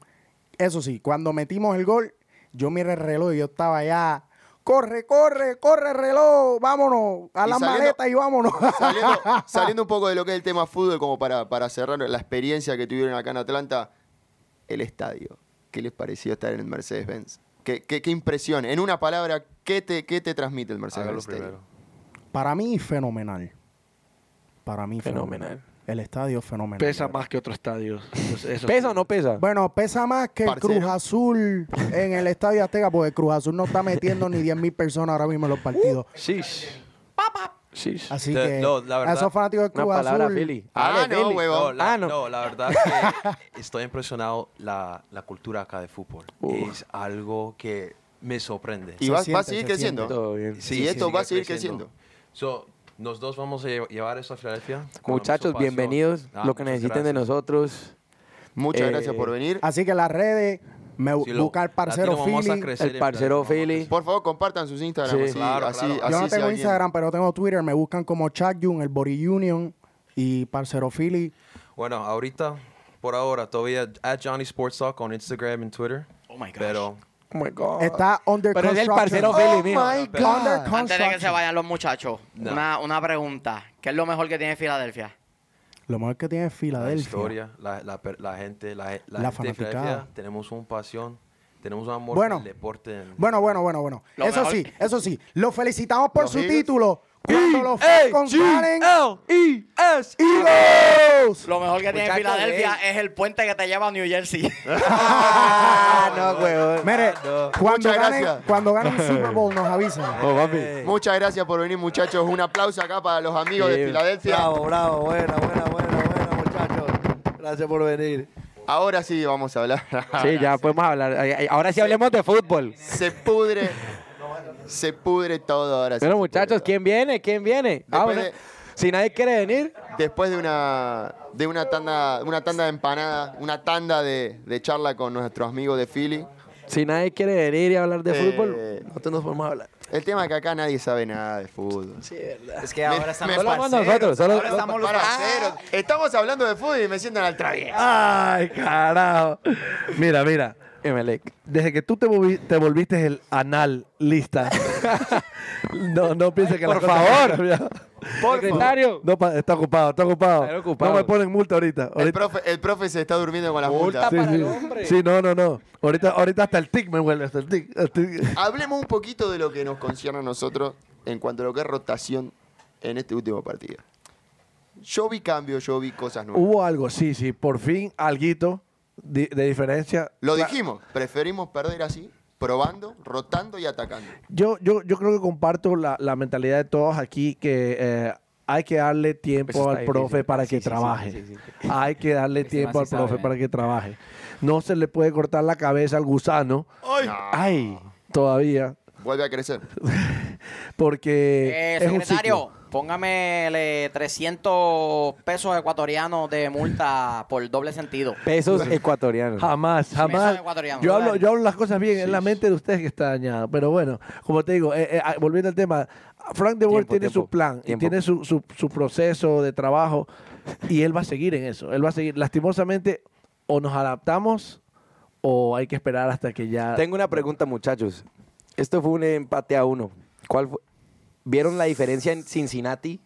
Speaker 11: eso sí, cuando metimos el gol, yo miré el reloj y yo estaba ya. Corre, corre, corre reloj, vámonos, a
Speaker 8: Y
Speaker 11: la
Speaker 8: saliendo-
Speaker 11: maleta y vámonos.
Speaker 8: saliendo, saliendo un poco de lo que es el tema fútbol, como para, para cerrar la experiencia que tuvieron acá en Atlanta, el estadio. ¿Qué les pareció estar en el Mercedes-Benz? ¿Qué, qué, qué impresión? En una palabra, ¿qué te, qué te transmite el
Speaker 6: Hágalo
Speaker 8: Mercedes-Benz? Stadium?
Speaker 6: primero.
Speaker 11: Para mí, fenomenal. Para mí, fenomenal.
Speaker 7: Fenomenal.
Speaker 11: El estadio fenomenal.
Speaker 3: Pesa más que otros estadios. Eso-
Speaker 7: ¿Pesa o no pesa?
Speaker 11: Bueno, pesa más que el
Speaker 8: Parcero.
Speaker 11: Cruz Azul en el Estadio Azteca, porque el Cruz Azul no está metiendo ni 10.000 personas ahora mismo en los partidos.
Speaker 7: Uh, Sí.
Speaker 11: Así
Speaker 6: Te-
Speaker 11: que,
Speaker 6: no, la verdad,
Speaker 11: a esos fanáticos del
Speaker 7: Una
Speaker 11: Cruz
Speaker 7: palabra,
Speaker 11: Azul,
Speaker 7: Philly.
Speaker 8: Ah,
Speaker 7: Dale,
Speaker 8: no,
Speaker 7: Philly.
Speaker 8: huevón.
Speaker 6: No, la,
Speaker 7: Ah, no.
Speaker 6: no, la verdad que estoy impresionado. La, la cultura acá de fútbol es algo que me sorprende.
Speaker 8: Y
Speaker 11: Se
Speaker 8: va, va a
Speaker 11: siente,
Speaker 8: seguir
Speaker 11: se
Speaker 8: creciendo.
Speaker 7: Todo bien.
Speaker 8: Sí, esto
Speaker 6: sigue
Speaker 8: va a seguir
Speaker 6: So, nos dos vamos a lle- llevar eso a Filadelfia. con
Speaker 7: Muchachos,
Speaker 6: mucho pasión.
Speaker 7: bienvenidos.
Speaker 6: Ah,
Speaker 7: lo que
Speaker 6: muchas
Speaker 7: necesiten de
Speaker 6: gracias.
Speaker 7: nosotros.
Speaker 8: Muchas
Speaker 7: Eh,
Speaker 8: gracias por venir.
Speaker 11: así que las redes, me
Speaker 6: Sí, lo-
Speaker 11: buscar parcero
Speaker 6: latino vamos a
Speaker 11: Philly.
Speaker 6: crecer
Speaker 7: El
Speaker 6: en
Speaker 7: parcero
Speaker 6: Filadelfia, vamos a
Speaker 7: Philly.
Speaker 8: Por favor, compartan sus Instagram.
Speaker 7: Sí.
Speaker 8: así-
Speaker 6: Claro,
Speaker 8: así-
Speaker 6: claro.
Speaker 8: así
Speaker 11: Yo no
Speaker 8: si
Speaker 11: tengo
Speaker 8: alguien-
Speaker 11: Instagram, pero tengo Twitter. Me buscan como Chakyun, el Body Union y Parcero Philly.
Speaker 6: Bueno, ahorita, por ahora, todavía at Johnny Sports Talk on Instagram y Twitter. Oh my God. Pero
Speaker 7: Oh my God.
Speaker 11: Está under
Speaker 7: Pero es del
Speaker 11: construction. Oh
Speaker 7: parcero Philly, mío.
Speaker 11: my God. Under
Speaker 1: Antes de que se
Speaker 11: construction.
Speaker 1: vayan los muchachos, una, una pregunta. ¿Qué es lo mejor que tiene Filadelfia?
Speaker 11: Lo mejor que tiene es
Speaker 6: la
Speaker 11: Filadelfia.
Speaker 6: historia, la, la per- la gente, la, la
Speaker 11: La
Speaker 6: gente de
Speaker 11: fanaticada.
Speaker 6: Filadelfia, tenemos un pasión, tenemos un amor
Speaker 11: Bueno.
Speaker 6: por el deporte. en-
Speaker 11: Bueno, bueno, bueno, bueno.
Speaker 1: Lo
Speaker 11: eso
Speaker 1: mejor-
Speaker 11: sí, eso sí. Lo felicitamos por
Speaker 8: Los
Speaker 11: su
Speaker 8: Eagles.
Speaker 11: título. Cuando los Falcons ganen,
Speaker 7: L-E-S.
Speaker 11: Eagles.
Speaker 1: Lo mejor que tiene
Speaker 7: Muchacho, eh.
Speaker 1: Filadelfia es el puente que te lleva a New Jersey.
Speaker 7: Ah, no, huevón.
Speaker 11: Mire, cuando
Speaker 8: Muchas
Speaker 11: ganen,
Speaker 8: gracias.
Speaker 11: cuando ganen el Super Bowl nos avisan.
Speaker 7: Oh, papi.
Speaker 8: Muchas gracias por venir, muchachos. Un aplauso acá para los amigos de
Speaker 7: Sí.
Speaker 8: Filadelfia.
Speaker 3: Bravo, bravo. Buena, buena, buena, buena, muchachos. Gracias por venir.
Speaker 8: Ahora sí vamos a hablar.
Speaker 7: Sí, ya podemos hablar. Ay, ay, Ahora sí hablemos de fútbol.
Speaker 11: Eh,
Speaker 8: se pudre. se pudre todo ahora. sí se
Speaker 7: Pero
Speaker 8: pudre
Speaker 7: muchachos,
Speaker 8: todo.
Speaker 7: ¿quién viene? ¿Quién viene? Ah,
Speaker 8: Después
Speaker 7: bueno,
Speaker 8: de-
Speaker 7: Si nadie quiere venir,
Speaker 8: Después de una, de una tanda, una tanda de empanada, una tanda de, de charla con nuestros amigos de Philly.
Speaker 7: si nadie quiere venir y hablar de
Speaker 8: Eh,
Speaker 7: fútbol, nosotros nos podemos hablar.
Speaker 8: El tema es que acá nadie sabe nada de fútbol.
Speaker 2: Es que
Speaker 8: Me-
Speaker 2: ahora estamos
Speaker 8: me-
Speaker 2: los
Speaker 7: Somos
Speaker 2: parceros,
Speaker 7: nosotros, solo-
Speaker 2: ahora estamos los
Speaker 8: Para
Speaker 2: parceros.
Speaker 8: cero. Estamos hablando de fútbol y me sientan al travieso.
Speaker 7: Ah,
Speaker 3: Ay, carajo. Mira, mira.
Speaker 7: Emelec.
Speaker 3: Desde que tú te, volvi- te volviste el analista. no, no pienses que
Speaker 7: Por
Speaker 3: las cosas
Speaker 7: favor.
Speaker 3: han cambiado.
Speaker 7: Secretario.
Speaker 3: No, pa- está ocupado, está ocupado.
Speaker 7: Está ocupado.
Speaker 3: No me ponen multa ahorita.
Speaker 8: El
Speaker 3: ahorita.
Speaker 8: profe, el profe se está durmiendo con las multas.
Speaker 3: sí, sí. Sí, no, no, no. Ahorita, ahorita hasta el tic me huele, hasta el tic. hasta el tic.
Speaker 8: Hablemos un poquito de lo que nos concierne a nosotros en cuanto a lo que es rotación en este último partido. Yo vi cambios, yo vi cosas nuevas.
Speaker 3: Hubo algo, sí, sí. Por fin, alguito di- de diferencia.
Speaker 8: Lo
Speaker 3: Cla-
Speaker 8: dijimos, preferimos perder así, probando, rotando y atacando.
Speaker 3: Yo, yo, yo creo que comparto la, la mentalidad de todos aquí que eh, hay que darle tiempo
Speaker 7: Eso
Speaker 3: al
Speaker 7: está
Speaker 3: profe
Speaker 7: difícil.
Speaker 3: para
Speaker 7: Sí,
Speaker 3: que
Speaker 7: sí, sí,
Speaker 3: trabaje.
Speaker 7: sí, sí,
Speaker 3: Hay que darle
Speaker 7: Este
Speaker 3: tiempo
Speaker 7: man
Speaker 3: al
Speaker 7: sí
Speaker 3: profe
Speaker 7: sabe.
Speaker 3: para que trabaje. No se le puede cortar la cabeza al gusano. ¡Ay! Todavía.
Speaker 8: Vuelve a crecer.
Speaker 3: Porque
Speaker 1: Eh,
Speaker 3: es un ciclo.
Speaker 1: secretario, póngame eh, 300 pesos ecuatorianos de multa por doble sentido.
Speaker 7: Pesos ecuatorianos.
Speaker 3: Jamás, jamás.
Speaker 1: sabe ecuatoriano.
Speaker 3: Yo hablo, yo hablo las cosas bien, es la mente de ustedes que está dañada. Pero bueno, como te digo, eh, eh, ah, volviendo al tema, Frank de Boer
Speaker 7: Tiempo,
Speaker 3: tiene su
Speaker 7: tiempo,
Speaker 3: plan, y
Speaker 7: tiempo.
Speaker 3: tiene su, su- su proceso de trabajo y él va a seguir en eso. Él va a seguir, lastimosamente, o nos adaptamos o hay que esperar hasta que ya...
Speaker 7: Tengo una pregunta, muchachos. Esto fue un empate a uno. ¿Cuál fue? ¿Vieron la diferencia en Cincinnati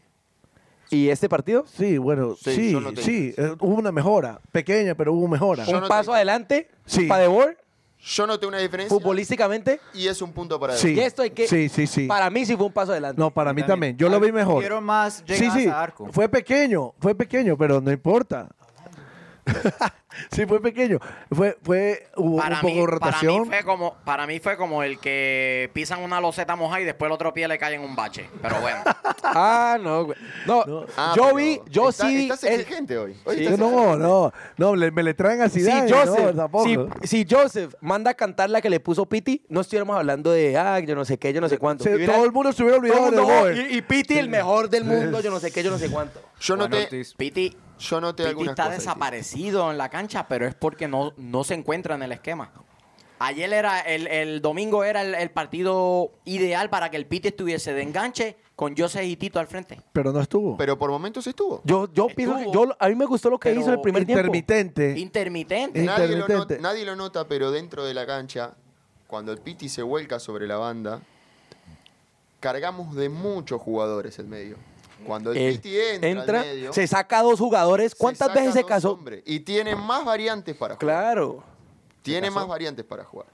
Speaker 7: y este partido?
Speaker 3: Sí, bueno,
Speaker 8: Sí,
Speaker 3: sí,
Speaker 8: yo lo
Speaker 3: sí, eh, hubo una mejora, pequeña, pero hubo mejora.
Speaker 8: Yo
Speaker 7: Un
Speaker 8: no
Speaker 7: paso
Speaker 8: sé.
Speaker 7: adelante
Speaker 3: Sí.
Speaker 7: para De Boer
Speaker 8: Yo noté una diferencia.
Speaker 7: Futbolísticamente.
Speaker 8: Y es un punto para él.
Speaker 3: Sí.
Speaker 7: Y esto hay que.
Speaker 3: Sí, sí, sí.
Speaker 7: Para mí sí fue un paso adelante.
Speaker 3: No, para mí también. Yo lo vi mejor.
Speaker 2: Quiero más
Speaker 3: Sí,
Speaker 2: llegadas
Speaker 3: sí.
Speaker 2: a arco.
Speaker 3: Fue pequeño, fue pequeño, pero no importa. sí, fue pequeño. Fue, fue hubo un poco de
Speaker 1: Para mí,
Speaker 3: rotación.
Speaker 1: fue como, para mí fue como el que pisan una loseta mojada y después el otro pie le cae en un bache. Pero bueno.
Speaker 7: Ah, no, güey. No,
Speaker 8: Ah,
Speaker 7: yo
Speaker 8: pero
Speaker 7: vi, yo
Speaker 8: está-
Speaker 7: sí.
Speaker 8: Estás
Speaker 7: el-
Speaker 8: exigente hoy. Hoy
Speaker 3: Sí,
Speaker 8: estás
Speaker 3: no, no, no, le- me le traen a
Speaker 7: si
Speaker 3: Zidane,
Speaker 7: Joseph,
Speaker 3: no, tampoco. Eh,
Speaker 7: si, si Joseph manda a cantar la que le puso Piti, no estuviéramos hablando de, ah, yo no sé qué, yo no sé cuánto.
Speaker 3: Se-
Speaker 7: Y hubiera-
Speaker 3: todo el mundo se hubiera
Speaker 7: todo
Speaker 3: olvidado
Speaker 7: el
Speaker 3: de
Speaker 7: mundo,
Speaker 3: Boer.
Speaker 7: y, y Piti, el mejor del mundo, yo no sé qué, yo no sé cuánto.
Speaker 8: Yo
Speaker 2: Juan
Speaker 8: noté,
Speaker 2: Ortiz.
Speaker 1: Piti,
Speaker 8: yo noté
Speaker 1: Piti
Speaker 8: algunas
Speaker 1: está
Speaker 8: cosas. sí.
Speaker 1: desaparecido en la cancha, pero es porque no, no se encuentra en el esquema. Ayer era, el, el domingo era el, el partido ideal para que el Piti estuviese de enganche con Joseph y Tito al frente.
Speaker 3: Pero no estuvo.
Speaker 8: Pero Eh, por momentos estuvo.
Speaker 7: Yo, yo pienso que
Speaker 1: Estuvo,
Speaker 7: yo, a mí me gustó lo que
Speaker 1: pero
Speaker 7: hizo el primer tiempo.
Speaker 3: Intermitente.
Speaker 1: Intermitente.
Speaker 8: Nadie lo,
Speaker 3: Intermitente.
Speaker 8: nota, nadie lo nota, pero dentro de la cancha, cuando el Piti se vuelca sobre la banda, cargamos de muchos jugadores el medio. Cuando el,
Speaker 7: Eh,
Speaker 8: Piti entra, al medio,
Speaker 7: se saca dos jugadores.
Speaker 8: se
Speaker 7: ¿Cuántas
Speaker 8: saca
Speaker 7: veces se
Speaker 8: dos
Speaker 7: casó?
Speaker 8: hombres. Y tiene más variantes para jugar.
Speaker 7: Claro.
Speaker 8: Tiene más variantes para jugar.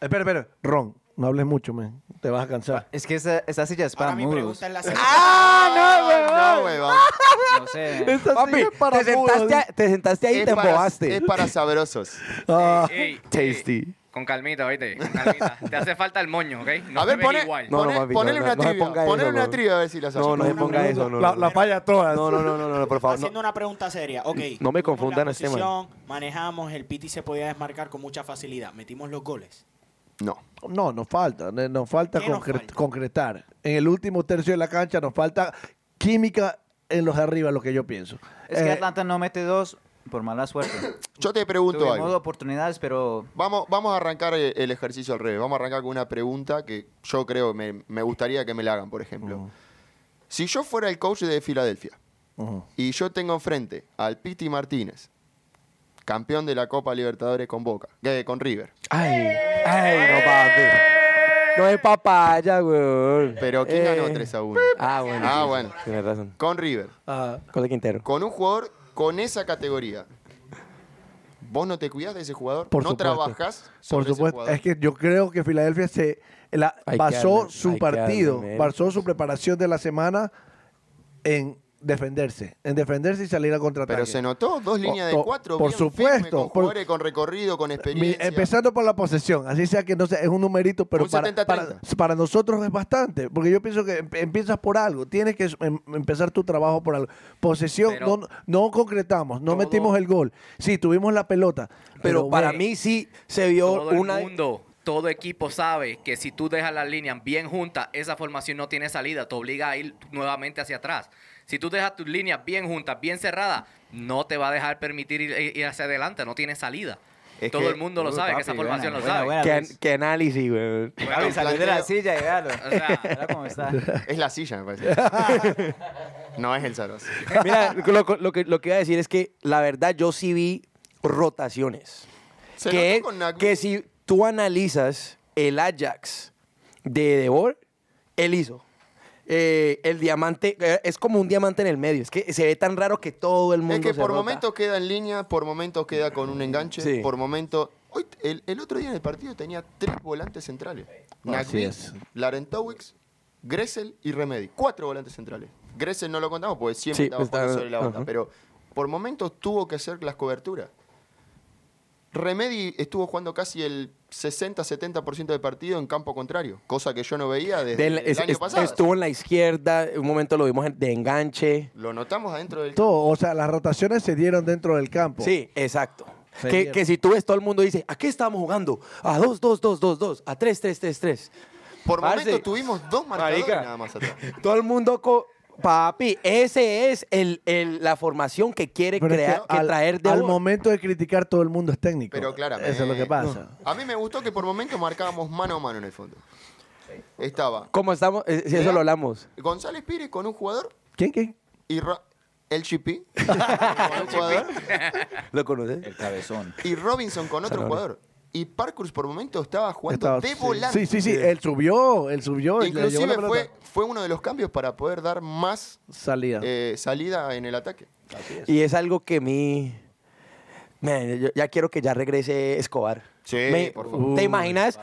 Speaker 3: Espera, espera. Ron, no hables mucho, man. Te vas a cansar.
Speaker 2: Es que esa, esa silla es para
Speaker 9: Ahora mi
Speaker 2: muros.
Speaker 9: pregunta es la siguiente.
Speaker 8: ¡Ah, no, huevón!
Speaker 2: No sé. eh.
Speaker 7: Papi, te, sentaste, a- te sentaste ahí y
Speaker 8: Es
Speaker 7: te
Speaker 8: para-
Speaker 7: embobaste.
Speaker 8: Es para Eh, sabrosos.
Speaker 3: Ah,
Speaker 7: Tasty.
Speaker 5: Eh, Con calmita, oíste. Con calmita. Te hace falta el moño, ¿ok? No
Speaker 8: a
Speaker 5: te
Speaker 8: ver,
Speaker 5: ves
Speaker 8: pone,
Speaker 5: igual.
Speaker 7: No, no,
Speaker 8: pone-
Speaker 7: papi,
Speaker 8: ponele
Speaker 7: no,
Speaker 8: una
Speaker 7: no, no
Speaker 8: trivia.
Speaker 7: ponga eso,
Speaker 8: ponele una
Speaker 7: bro.
Speaker 8: trivia a ver si las
Speaker 7: No, no se
Speaker 8: hacemos.
Speaker 7: ponga eso. No,
Speaker 3: la,
Speaker 7: no.
Speaker 3: la falla todas.
Speaker 7: No, no, no, no, no, no, por favor. no.
Speaker 9: Haciendo una pregunta seria. Ok.
Speaker 7: No
Speaker 9: tuvimos
Speaker 7: me confundan
Speaker 9: la
Speaker 7: a este man.
Speaker 9: posición, Manejamos, el Piti se podía desmarcar con mucha facilidad. Metimos los goles.
Speaker 8: No.
Speaker 3: No, nos falta, ne- nos falta,
Speaker 9: ¿Qué nos
Speaker 3: concre-
Speaker 9: falta?
Speaker 3: concretar. En el último tercio de la cancha nos falta química en los de arriba, lo que yo pienso.
Speaker 2: Es que
Speaker 3: Eh,
Speaker 2: Atlanta no mete dos por mala suerte.
Speaker 8: Yo te pregunto
Speaker 2: Tuvimos
Speaker 8: algo.
Speaker 2: oportunidades, pero
Speaker 8: Vamos, vamos a arrancar eh, el ejercicio al revés. Vamos a arrancar con una pregunta que yo creo me, me gustaría que me la hagan, por ejemplo. Si yo fuera el coach de Filadelfia
Speaker 3: ujú.
Speaker 8: y yo tengo enfrente al Piti Martínez, campeón de la Copa Libertadores con Boca, eh, con River,
Speaker 7: Ay, ay, no, papi. No es papaya, güey.
Speaker 8: pero ¿quién
Speaker 7: Eh,
Speaker 8: ganó 3 a 1?
Speaker 7: Ah, bueno.
Speaker 8: Ah,
Speaker 7: sí, sí,
Speaker 8: bueno.
Speaker 7: Tienes razón.
Speaker 8: Con River,
Speaker 3: Ah,
Speaker 7: Cosa Quintero.
Speaker 8: con un jugador con esa categoría. ¿Vos no te cuidás de ese jugador?
Speaker 3: Por
Speaker 8: ¿No
Speaker 3: supuesto.
Speaker 8: trabajás sobre
Speaker 3: por
Speaker 8: ese
Speaker 3: supuesto,
Speaker 8: jugador?
Speaker 3: es que yo creo que Filadelfia se la,
Speaker 7: Hay que
Speaker 3: basó
Speaker 7: darle- hay
Speaker 3: su
Speaker 7: que
Speaker 3: partido,
Speaker 7: darle mérito.
Speaker 3: basó su preparación de la semana en defenderse, en defenderse y salir a contratar.
Speaker 8: Pero se notó dos líneas de
Speaker 3: to-
Speaker 8: cuatro.
Speaker 3: por
Speaker 8: bien firme,
Speaker 3: supuesto,
Speaker 8: Con
Speaker 3: por-
Speaker 8: jugadores con recorrido, con
Speaker 3: Mi- eh,
Speaker 8: experiencia.
Speaker 3: empezando por la posesión, así sea que no sea, es un numerito, pero
Speaker 8: Un
Speaker 3: para,
Speaker 8: 70-30.
Speaker 3: para, para nosotros es bastante, porque yo pienso que em- empiezas por algo, tienes que em- empezar tu trabajo por algo. Posesión,
Speaker 5: Pero-
Speaker 3: no, no concretamos, no
Speaker 5: Todo-
Speaker 3: metimos el gol, sí, tuvimos la pelota, pero,
Speaker 7: Pero, para
Speaker 3: bueno,
Speaker 7: mí sí se vio
Speaker 5: todo el
Speaker 7: una.
Speaker 5: mundo, todo equipo sabe que si tú dejas las líneas bien juntas, esa formación no tiene salida, te obliga a ir nuevamente hacia atrás. Si tú dejas tus líneas bien juntas, bien cerradas, no te va a dejar permitir ir, ir hacia adelante, no tiene salida.
Speaker 2: es
Speaker 5: todo
Speaker 2: que-
Speaker 5: el mundo lo
Speaker 2: Uy,
Speaker 5: sabe, que
Speaker 2: papi,
Speaker 5: esa formación
Speaker 2: buena,
Speaker 5: lo sabe.
Speaker 2: buena, buena,
Speaker 7: Qué,
Speaker 8: pues.
Speaker 2: Luis.
Speaker 7: qué análisis, güey.
Speaker 5: Bueno,
Speaker 2: Papi, salí de la
Speaker 8: planteo-
Speaker 2: silla y véalo.
Speaker 5: o sea,
Speaker 2: Mira cómo está.
Speaker 8: Es la silla, me parece. no es el Saros.
Speaker 7: Mira, lo, lo que, lo que iba a decir es que la verdad yo sí vi rotaciones.
Speaker 8: Se
Speaker 7: que,
Speaker 8: notó con Nagbe.
Speaker 7: que si tú analizas el Ajax de Debor, él hizo. Eh, el diamante, eh, es como un diamante en el medio. Es que se ve tan raro que todo el mundo.
Speaker 8: Es que
Speaker 7: se
Speaker 8: por
Speaker 7: rota.
Speaker 8: momentos queda en línea, por momentos queda con un enganche,
Speaker 7: Sí.
Speaker 8: por momentos... Hoy, el, el otro día en el partido tenía tres volantes centrales.
Speaker 3: Así
Speaker 8: Nagbe,
Speaker 3: es.
Speaker 8: Larentowicz, Gressel y Remedy. Cuatro volantes centrales. Gressel no lo contamos porque siempre
Speaker 7: Sí,
Speaker 8: estaba
Speaker 7: está-
Speaker 8: jugando sobre la banda,
Speaker 7: ajá.
Speaker 8: pero por momentos tuvo que hacer las coberturas. Remedy estuvo jugando casi el 60-70% del partido en campo contrario, cosa que yo no veía desde
Speaker 7: Del-
Speaker 8: el
Speaker 7: es-
Speaker 8: año
Speaker 7: es-
Speaker 8: pasado.
Speaker 7: estuvo en la izquierda, un momento lo vimos en- de enganche.
Speaker 8: Lo notamos adentro del
Speaker 3: todo, o sea, las rotaciones se dieron dentro del campo.
Speaker 7: Sí, exacto.
Speaker 3: Se
Speaker 7: Que,
Speaker 3: dieron.
Speaker 7: que si tú ves todo el mundo dice, ¿a qué estamos jugando? A 2, 2, 2, 2, 2, a 3, 3, 3, 3.
Speaker 8: Por
Speaker 7: Parce.
Speaker 8: momentos tuvimos dos marcadores
Speaker 7: Marica.
Speaker 8: nada más atrás.
Speaker 7: Todo el mundo, co- papi, ese es el, el- la formación que quiere
Speaker 3: Pero es
Speaker 7: crear, que
Speaker 3: al,
Speaker 7: traer de
Speaker 3: al momento de criticar todo el mundo es técnico.
Speaker 8: Pero claramente.
Speaker 3: Eso es lo que pasa.
Speaker 8: A mí me gustó que por momentos marcábamos mano a mano en el fondo. Estaba
Speaker 7: ¿Cómo estamos? Eh, Si eso
Speaker 8: Mira.
Speaker 7: lo hablamos.
Speaker 8: González Pires con un jugador
Speaker 3: ¿Quién, quién?
Speaker 8: y Ro- el Chipi con un jugador
Speaker 7: ¿Lo conoces?
Speaker 2: El cabezón.
Speaker 8: y Robinson con otro jugador. Y Parkhurst por momentos estaba jugando
Speaker 3: Estaba-
Speaker 8: de
Speaker 3: sí.
Speaker 8: volante.
Speaker 3: Sí, sí, sí, él subió, él subió. y le llevó la
Speaker 8: Inclusive
Speaker 3: pelota.
Speaker 8: fue, fue uno de los cambios para poder dar más
Speaker 3: Salida.
Speaker 8: eh, salida en el ataque.
Speaker 7: Y es algo que a mí Man, yo ya quiero que ya regrese Escobar.
Speaker 8: Sí,
Speaker 7: Me-
Speaker 8: por favor.
Speaker 7: ¿Te imaginas?